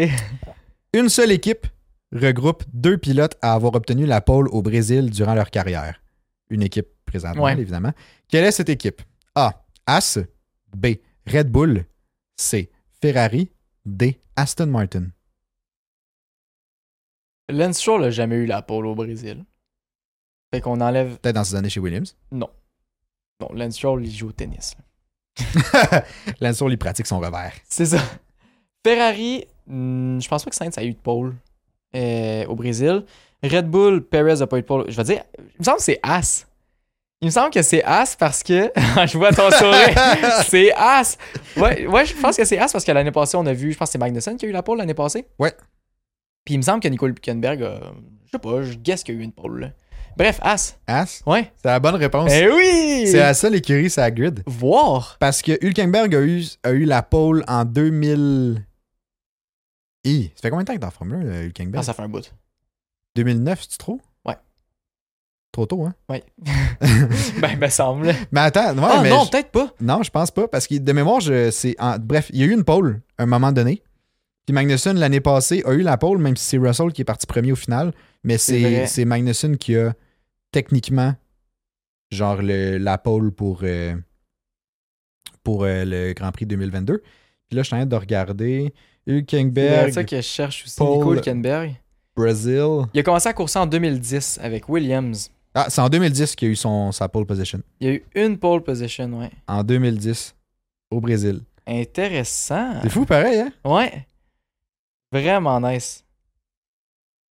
Une seule équipe regroupe deux pilotes à avoir obtenu la pole au Brésil durant leur carrière. Une équipe présentement,
Ouais.
évidemment. Quelle est cette équipe? A. As. B. Red Bull. C. Ferrari. D. Aston Martin.
Lance Stroll n'a jamais eu la pole au Brésil. Fait qu'on enlève.
Peut-être dans ces années chez Williams.
Non. Non, Lance Stroll, il joue au tennis. là.
Lance Stroll, il pratique son revers.
C'est ça. Ferrari, hmm, je pense pas que Sainz a eu de pole euh, au Brésil. Red Bull, Perez a pas eu de pole. Je vais dire, il me semble que c'est As. Il me semble que c'est As parce que. je vois ton sourire. c'est As. Ouais, ouais, je pense que c'est As parce que l'année passée, on a vu, je pense que c'est Magnussen qui a eu la pole l'année passée.
Ouais.
Puis il me semble que Nicole Hülkenberg, a- je sais pas, je guess qu'il y a eu une pole. là. Bref, As.
As.
Ouais.
C'est la bonne réponse.
Eh oui!
C'est la seule écurie, c'est la grid.
Voir.
Parce que Hülkenberg a eu, a eu la pole en 2000. I. Ça fait combien de temps que t'es en Formule 1, euh, Hülkenberg
Ah, ça fait un bout.
2009, c'est trop
Ouais.
Trop tôt, hein
Ouais. ben, me semble.
Mais attends, ouais,
ah
mais
non,
je-
peut-être pas.
non, je pense pas. Parce que de mémoire, je, c'est en- bref, il y a eu une pole à un moment donné. Puis Magnussen, l'année passée, a eu la pole, même si c'est Russell qui est parti premier au final. Mais
C'est
c'est,
vrai.
c'est Magnussen qui a techniquement, genre, le- la pole pour, euh, pour euh, le Grand Prix 2022. Puis là, je suis en train de regarder
C'est
Hülkenberg,
ça que je cherche aussi.
Paul-
Nico Hülkenberg.
Brésil.
Il a commencé à courser en 2010 avec Williams.
Ah, c'est en 2010 qu'il a eu son, sa pole position.
Il y a eu une pole position, ouais.
En 2010, au Brésil.
Intéressant.
C'est fou, pareil, hein?
Ouais. Vraiment nice.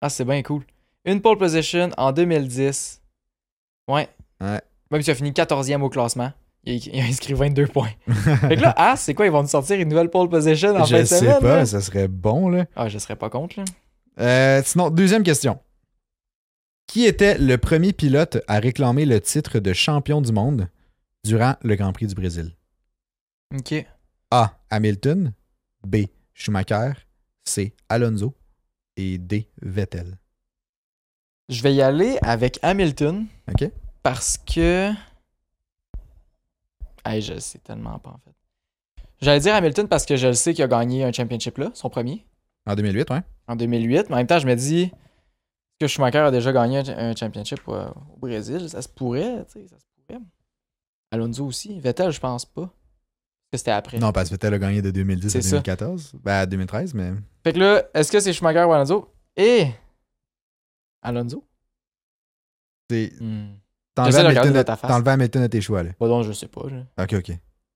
Ah, c'est bien cool. Une pole position en 2010. Ouais.
Ouais.
Même si tu as fini 14e au classement, il a, il a inscrit 22 points. fait que là, ah, c'est quoi Ils vont nous sortir une nouvelle pole position en fin
je
de
sais
semaine, hein?
pas,
là?
ça serait bon, là.
Ah, je serais pas contre, là.
Euh, sinon, deuxième question. Qui était le premier pilote à réclamer le titre de champion du monde durant le Grand Prix du Brésil?
Ok.
A. Hamilton. B. Schumacher. C. Alonso. Et D. Vettel.
Je vais y aller avec Hamilton.
OK?
Parce que. Hey, je le sais tellement pas, en fait. J'allais dire Hamilton parce que je le sais qu'il a gagné un championship là, son premier,
En 2008, ouais.
en 2008. Mais en même temps, je me dis, est-ce que Schumacher a déjà gagné un, cha- un championship euh, au Brésil Ça se pourrait, tu sais, ça se pourrait. Alonso aussi. Vettel, je pense pas. Parce que c'était après.
Non, parce que Vettel a gagné de 2010 à
C'est ça.
2014. Ben, à 2013, mais.
Fait que là, est-ce que c'est Schumacher ou Alonso Et. Alonso
c'est-
Hmm.
T'enlevais
J'essaie de regarder
Hamilton, de-
dans ta face.
t'enlevais Hamilton de tes choix, là.
Bah non, je sais pas. là.
OK, OK.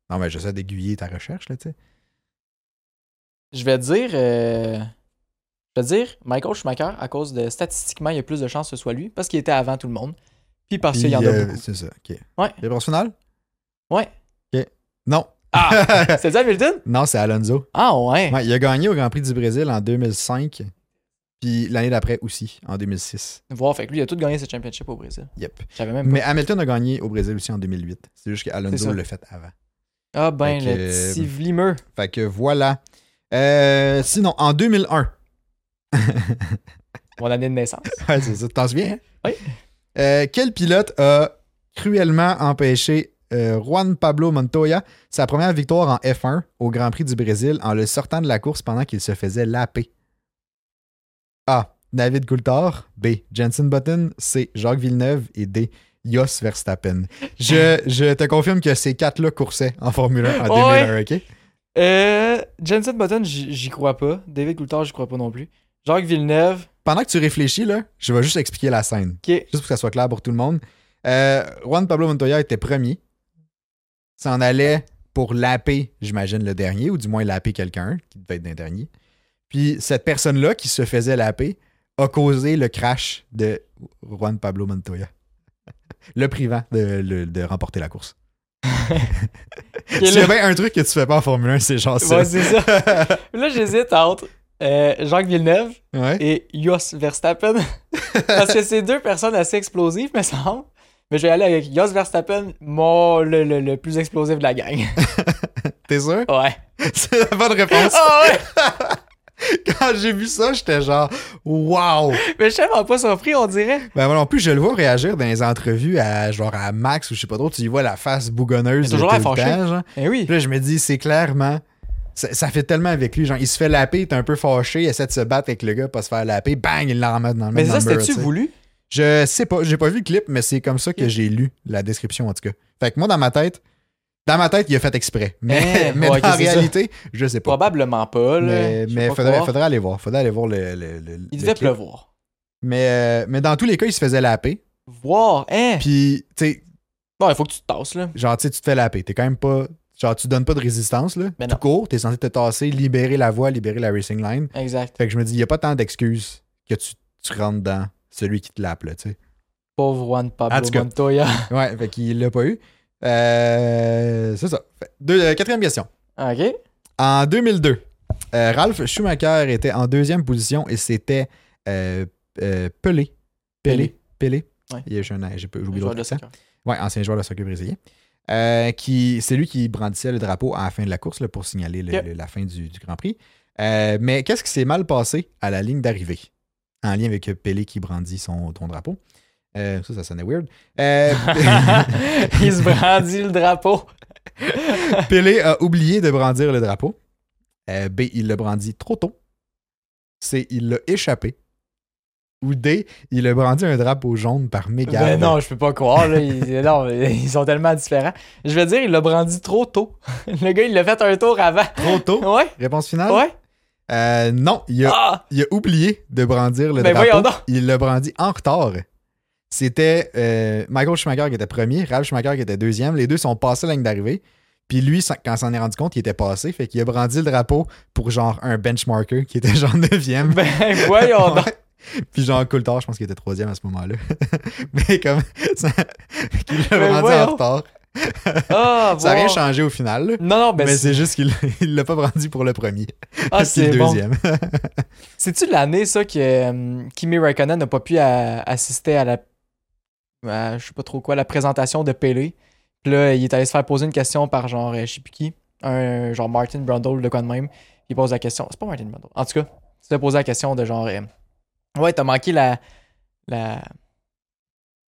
Non, mais j'essaie d'aiguiller ta recherche, là, tu sais.
Je vais dire. euh, Je vais dire Michael Schumacher à cause de statistiquement, il y a plus de chances que ce soit lui parce qu'il était avant tout le monde. Puis parce qu'il Ah, y en
Puis,
a
euh,
beaucoup.
C'est ça, OK.
Ouais.
Réponse finale?
Ouais.
OK. Non.
Ah! C'est ça, Hamilton?
non, c'est Alonso.
Ah ouais.
euh, Ouais, il a gagné au Grand Prix du Brésil en 2005, puis l'année d'après aussi, en 2006.
Voir, fait que lui, il a tout gagné ce championship au Brésil.
Yep.
J'avais même pas.
Mais Hamilton a gagné au Brésil aussi en 2008. C'est juste
C'est
qu'Alonso
ça.
l'a fait avant.
Ah ben,
Fait
le
que, euh,
petit vlimeux.
Fait que voilà. Euh, sinon, en 2001.
Mon année de naissance.
ouais, c'est ça. T'en souviens, hein?
Oui.
Euh, quel pilote a cruellement empêché euh, Juan Pablo Montoya sa première victoire en F1 au Grand Prix du Brésil en le sortant de la course pendant qu'il se faisait laper? A. David Coulthard. B. Jensen Button. C. Jacques Villeneuve. Et D. Jos Verstappen. Je, je te confirme que ces quatre-là coursaient en Formule 1 en
Ouais.
2001, OK?
Euh, Jensen Button, j'y j'y crois pas. David Coulthard, j'y crois pas non plus. Jacques Villeneuve.
Pendant que tu réfléchis, là, je vais juste expliquer la scène.
Ok.
juste pour que ça soit clair pour tout le monde. Euh, Juan Pablo Montoya était premier. S'en allait pour laper, j'imagine, le dernier, ou du moins laper quelqu'un, qui devait être d'un dernier. Puis cette personne-là qui se faisait laper a causé le crash de Juan Pablo Montoya. Le privant de, le- de remporter la course. S'il y a bien un truc que tu fais pas en Formule 1, c'est genre ça.
Ouais, c'est ça. Là, j'hésite entre euh, Jacques Villeneuve
Ouais.
et Jos Verstappen. Parce que c'est deux personnes assez explosives, me semble. Mais je vais aller avec Jos Verstappen, mon, le, le- le plus explosif de la gang.
T'es sûr?
Ouais.
C'est la bonne réponse.
Ah ouais!
Quand j'ai vu ça, j'étais genre, wow!
Mais je suis tellement pas surpris, on dirait.
Ben moi non plus, je le vois réagir dans les entrevues à genre à Max ou je sais pas trop, tu y vois la face bougonneuse
Mais toujours
de
l'air
tout le
fâché.
temps, genre.
Eh oui.
Puis là, je me dis, c'est clairement. Ça, ça fait tellement avec lui. Genre, il se fait laper, il est un peu fâché, il essaie de se battre avec le gars, pas se faire laper, bang, il l'emmène dans le
Mais
même
ça,
number,
c'était-tu
tu sais.
voulu?
Je sais pas, j'ai pas vu le clip, mais c'est comme ça que j'ai lu la description en tout cas. Fait que moi, dans ma tête, dans ma tête, il a fait exprès. Mais,
Eh,
mais
ouais, ok,
en
c'est ça.
réalité, je sais pas.
Probablement pas, là.
Mais,
Je sais
mais
pas
faudrait,
quoi.
faudrait aller voir. Faudrait aller voir le. le- le- le
Il devait
clip.
pleuvoir.
Mais, euh, mais dans tous les cas, il se faisait laper.
Voir, hein?
Puis, tu sais,
Non, il faut que tu te tasses, là.
genre, tu sais, tu te fais laper. T'es quand même pas. Genre, tu donnes pas de résistance, là.
Ben
tu
non.
cours, t'es censé te tasser, libérer la voie, libérer la racing line.
Exact.
Fait que je me dis, il n'y a pas tant d'excuses que tu, tu rentres dans celui qui te lape, là, tu sais.
Pauvre Juan Pablo
En tout cas.
Montoya.
Ouais, fait qu'il l'a pas eu. Euh, c'est ça. Fait- deux- euh, quatrième question.
OK.
En 2002, euh, Ralph Schumacher était en deuxième position et c'était euh, euh, Pelé. Pelé. Pelé.
Ouais.
Il y a j'ai un- j'ai pas- j'ai oublié
Joueur
l'autre
de
accent.
soccer.
Ouais, ancien joueur de soccer brésilien. Euh, qui, c'est lui qui brandissait le drapeau à la fin de la course là, pour signaler le-
Ok.
le- la fin du, du Grand Prix. Euh, mais qu'est-ce qui s'est mal passé à la ligne d'arrivée en lien avec Pelé qui brandit son, ton drapeau? Euh, ça, ça sonnait weird. Euh,
il se brandit le drapeau.
Pelé a oublié de brandir le drapeau. Euh, B, il l'a brandi trop tôt. C, il l'a échappé. Ou D, il a brandi un drapeau jaune par mégarde.
Ben non, je peux pas croire. Là. Ils, non, ils sont tellement différents. Je veux dire, il l'a brandi trop tôt. Le gars, il l'a fait un tour avant.
Trop tôt?
Ouais,
Réponse finale?
ouais.
Euh, non, il a,
Ah!
il a oublié de brandir le
Ben voyons
drapeau.
donc!
Il l'a brandi en retard. C'était euh, Michael Schumacher qui était premier, Ralph Schumacher qui était deuxième. Les deux sont passés la ligne d'arrivée. Puis lui, sans- quand s'en est rendu compte, il était passé. Fait qu'il a brandi le drapeau pour genre un benchmarker qui était genre neuvième.
Ben voyons donc!
Ouais. Puis genre Coulthard, je pense qu'il était troisième à ce moment-là. Mais comme ça, qu'il l'a
Mais
rendu
voyons.
en retard.
Ah,
Ça n'a rien
voir.
changé au final, là.
Non, non, ben
mais
c'est-
c'est juste qu'il il l'a pas brandi pour le premier.
ah,
puis
c'est
le
bon.
deuxième.
C'est-tu l'année, ça, que euh, Kimi Raikkonen n'a pas pu euh, assister à la. à, je sais pas trop quoi, la présentation de Pelé. Puis là, il est allé se faire poser une question par genre, euh, je sais plus qui, un genre Martin Brundle, de quoi de même. Il pose la question. C'est pas Martin Brundle. En tout cas, il s'est posé la question de genre. euh, ouais, t'as manqué la. la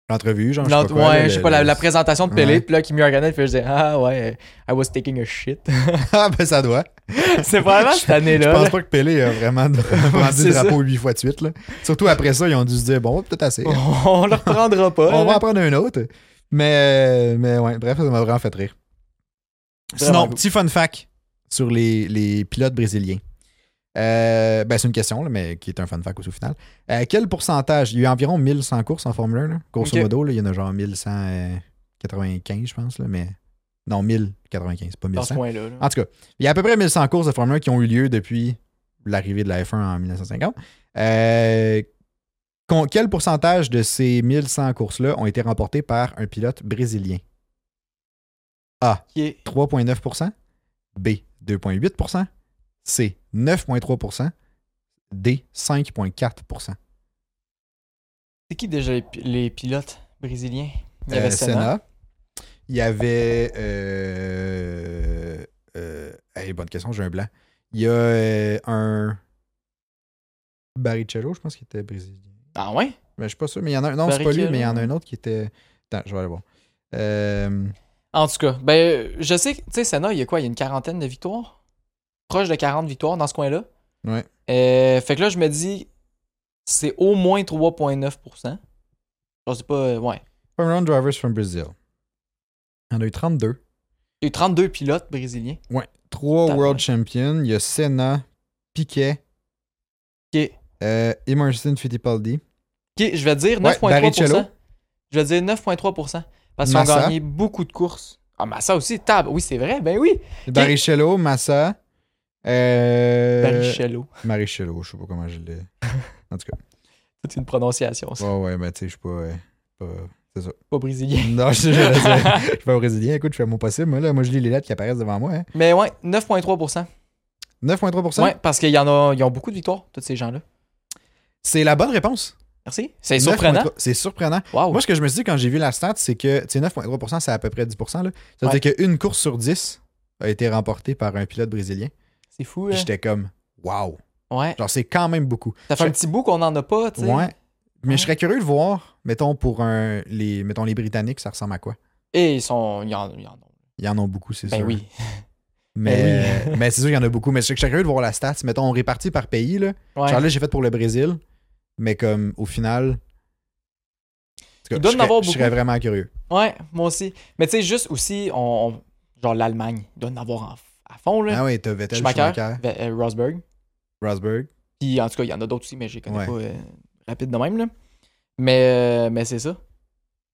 L'entrevue, genre.
l'ent-
je sais pas quoi,
ouais,
là,
je sais
le-
pas, la,
le-
la présentation de Pelé.
Ouais.
Puis là, Kimi Raikkonen, fait juste dire, ah ouais, euh, I was taking a shit.
Ah, ben ça doit.
C'est vraiment cette
Je
année-là.
pense
là.
pas que Pelé a vraiment brandi
c'est
le drapeau 8 fois de suite. Là. Surtout après ça, ils ont dû se dire bon, peut-être assez.
On le reprendra pas. là.
On va en prendre un autre. Mais, euh, mais ouais, bref, ça m'a vraiment fait rire.
Vraiment
Sinon,
cool.
petit fun fact sur les, les pilotes brésiliens. Euh, ben, c'est une question, là, mais qui est un fun fact aussi au final. Euh, quel pourcentage Il y a eu environ 1100 courses en Formule 1, là. grosso
Ok.
modo. là, il y en a genre 1195, je pense. Là, mais Non, 1095, pas
Dans ce
1100.
point-là. là.
En tout cas, il y a à peu près 1100 courses de Formule 1 qui ont eu lieu depuis l'arrivée de la F1 en 1950. Euh, con- quel pourcentage de ces 1100 courses-là ont été remportées par un pilote brésilien?
Qui est-
3,9 B, 2,8 C, 9,3 D, 5,4
C'est qui déjà les, pi- les pilotes brésiliens? Il y
Euh,
avait Senna.
Il y avait. euh, euh, hey, bonne question, j'ai un blanc. Il y a euh, un. Barrichello, je pense qu'il était brésilien.
Ah ouais?
Mais je suis pas sûr, mais il y en a un. Non, c'est pas lui,
Barrichello.
mais il y en a un autre qui était. Attends, je vais aller voir. Euh,
En tout cas, ben euh, je sais que, tu sais, Senna, il y a quoi? Il y a une quarantaine de victoires? Proche de 40 victoires dans ce coin-là.
Ouais.
Euh, fait que là, je me dis, c'est au moins 3,9%. Je sais pas, euh, ouais.
Formula One Drivers from Brazil. Il y en a eu 32.
Il y a eu 32 pilotes brésiliens.
Ouais. 3
Tabarnak.
World Champions. Il y a Senna, Piquet,
Ok.
euh, Emerson Fittipaldi.
Ok, je vais dire
Ouais,
9,3%.
Barrichello.
je vais dire 9,3%. Parce qu'ils ont
Massa.
gagné beaucoup de courses. Ah, mais ça aussi, tab. Oui, c'est vrai. Ben oui.
Barrichello, Massa. Euh,
Barrichello.
Marichello, je sais pas comment je l'ai. En tout cas.
C'est une prononciation, ça.
Ouais, ouais, mais tu sais, je suis pas. euh, pas-
Pas brésilien.
Non, je je- je- je suis pas brésilien. Écoute, je fais mon possible. Moi, là, moi, je lis les lettres qui apparaissent devant moi. hein.
Mais ouais, 9,3%.
9,3%.
Ouais, parce qu'ils y en a, ils ont beaucoup de victoires, tous ces gens-là.
C'est la bonne réponse.
Merci. C'est surprenant. Oh.
9,3. C'est surprenant.
Wow.
Moi, ce que je me suis dit quand j'ai vu la stat, c'est que tu sais, 9,3%, c'est à peu près 10%. Là. Ça veut
Ouais.
dire qu'une course sur 10 a été remportée par un pilote brésilien.
C'est fou.
Puis
hein.
J'étais comme, wow.
Ouais.
Genre, c'est quand même beaucoup.
Ça fait un petit bout qu'on n'en a pas, tu sais.
Ouais. Mais
Ouais.
je serais curieux de voir, mettons, pour un, les, mettons, les Britanniques, ça ressemble à quoi?
Et ils sont. Ils en, ils en ont.
Ils en ont beaucoup, c'est
Ben
sûr.
oui.
Mais, euh,
Ben
mais c'est sûr qu'il y en a beaucoup. Mais je serais curieux de voir la stats. Mettons, on répartit par pays. Là.
Ouais.
Genre là, j'ai fait pour le Brésil. Mais comme, au final... en tout cas,
Il doit
je
en avoir
serais- Je
beaucoup.
serais vraiment curieux.
Ouais, moi aussi. Mais tu sais, juste aussi, on, on- genre l'Allemagne, il doit en avoir en- à fond, là.
Ah oui, t'as Vettel,
Schumacher,
Schumacher,
Ve- euh, Rosberg.
Rosberg.
Puis en tout cas, il y en a d'autres aussi, mais je les connais
Ouais.
pas euh, rapide de même, là. Mais, euh, mais c'est ça.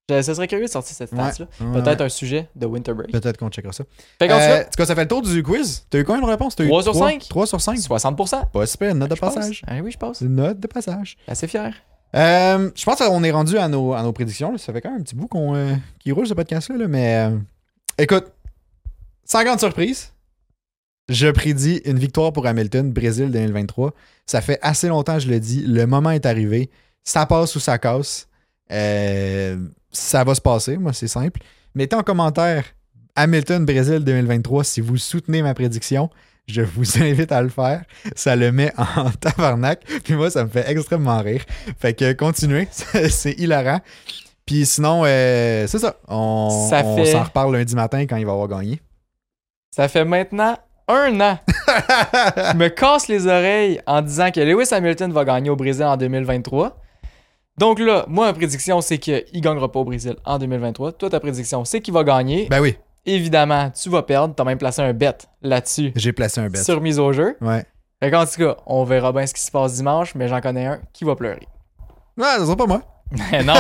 Je- ça serait curieux de sortir cette
Ouais.
stats-là.
Ouais,
Peut-être
ouais.
un sujet de Winter Break.
Peut-être qu'on checkera ça.
Fait qu'en tout
Euh,
cas,
en tout cas, ça fait le tour du quiz. T'as eu combien de réponses? T'as eu
Trois sur cinq.
3 sur 5.
60%.
Pas super, une note de
je pense.
passage.
Ah oui, je pense.
C'est une note de passage.
Assez fier.
Euh, je pense qu'on est rendu à nos, à nos prédictions. là. Ça fait quand même un petit bout qu'on euh, qu'il roule ce podcast-là. là, mais euh, écoute, sans grande surprise, je prédis une victoire pour Hamilton, Brésil 2023. Ça fait assez longtemps, je le dis. Le moment est arrivé. Ça passe ou ça casse. Euh, ça va se passer, moi, c'est simple. Mettez en commentaire Hamilton, Brésil 2023 si vous soutenez ma prédiction. Je vous invite à le faire. Ça le met en tabarnak. Puis moi, ça me fait extrêmement rire. Fait que continuez, c'est c'est hilarant. Puis sinon, euh, c'est ça. On,
Ça
on
fait-
s'en reparle lundi matin quand il va avoir gagné.
Ça fait maintenant un an. je me casse les oreilles en disant que Lewis Hamilton va gagner au Brésil en 2023. Donc là, moi, ma prédiction, c'est qu'il gagnera pas au Brésil en 2023. Toi, ta prédiction, c'est qu'il va gagner.
Ben oui,
Évidemment, tu vas perdre. T'as même placé un bet là-dessus.
j'ai placé un bet.
Sur mise au jeu.
Ouais.
Fait qu'en tout cas, on verra bien ce qui se passe dimanche, mais j'en connais un qui va pleurer.
Non, ça sera pas moi.
Mais non,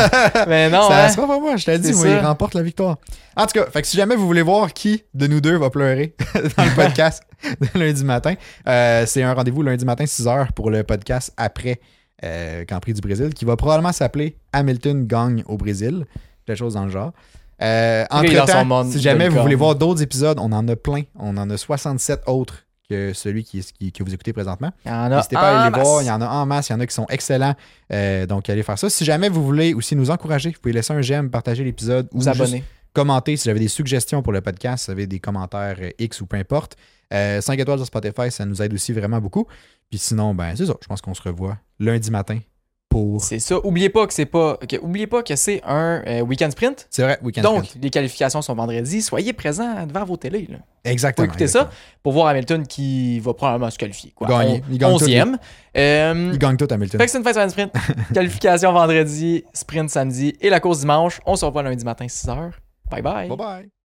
mais non,
ça
hein.
sera pas moi, je te le dis,
C'est
moi, il
ça.
remporte la victoire. En tout cas, fait que si jamais vous voulez voir qui de nous deux va pleurer dans le podcast de lundi matin, euh, c'est un rendez-vous lundi matin 6h pour le podcast après euh, Grand Prix du Brésil qui va probablement s'appeler Hamilton gagne au Brésil, quelque chose dans le genre. Euh,
Le gars, il est dans son
Entre-temps,
monde
si jamais
de
vous voulez
licorne.
voir d'autres épisodes, on en a plein. On en a 67 autres que celui qui, qui- que vous écoutez présentement.
Il y en a
N'hésitez pas à
en
aller les voir,
masse.
il y en a en masse, il y en a qui sont excellents. Euh, donc allez faire ça. Si jamais vous voulez aussi nous encourager, vous pouvez laisser un j'aime, partager l'épisode ou
Vous
juste
abonner.
commenter si j'avais des suggestions pour le podcast, si vous avez des commentaires euh, X ou peu importe. 5 étoiles sur Spotify, ça nous aide aussi vraiment beaucoup. Puis sinon, ben c'est ça, je pense qu'on se revoit lundi matin pour.
C'est ça. Oubliez pas que c'est pas. que- oubliez pas que c'est un euh, week-end sprint.
C'est vrai, Weekend
Donc,
Sprint.
les qualifications sont vendredi. Soyez présents devant vos télés là,
exactement.
écouter ça. pour voir Hamilton qui va probablement se qualifier. Quoi.
Gagner.
On-
Il gagne tout,
11e. Euh,
Il gagne tout Hamilton.
fait que c'est une fin de semaine sprint. Qualification vendredi, sprint samedi et la course dimanche. On se revoit lundi matin 6h. Bye bye.
Bye bye.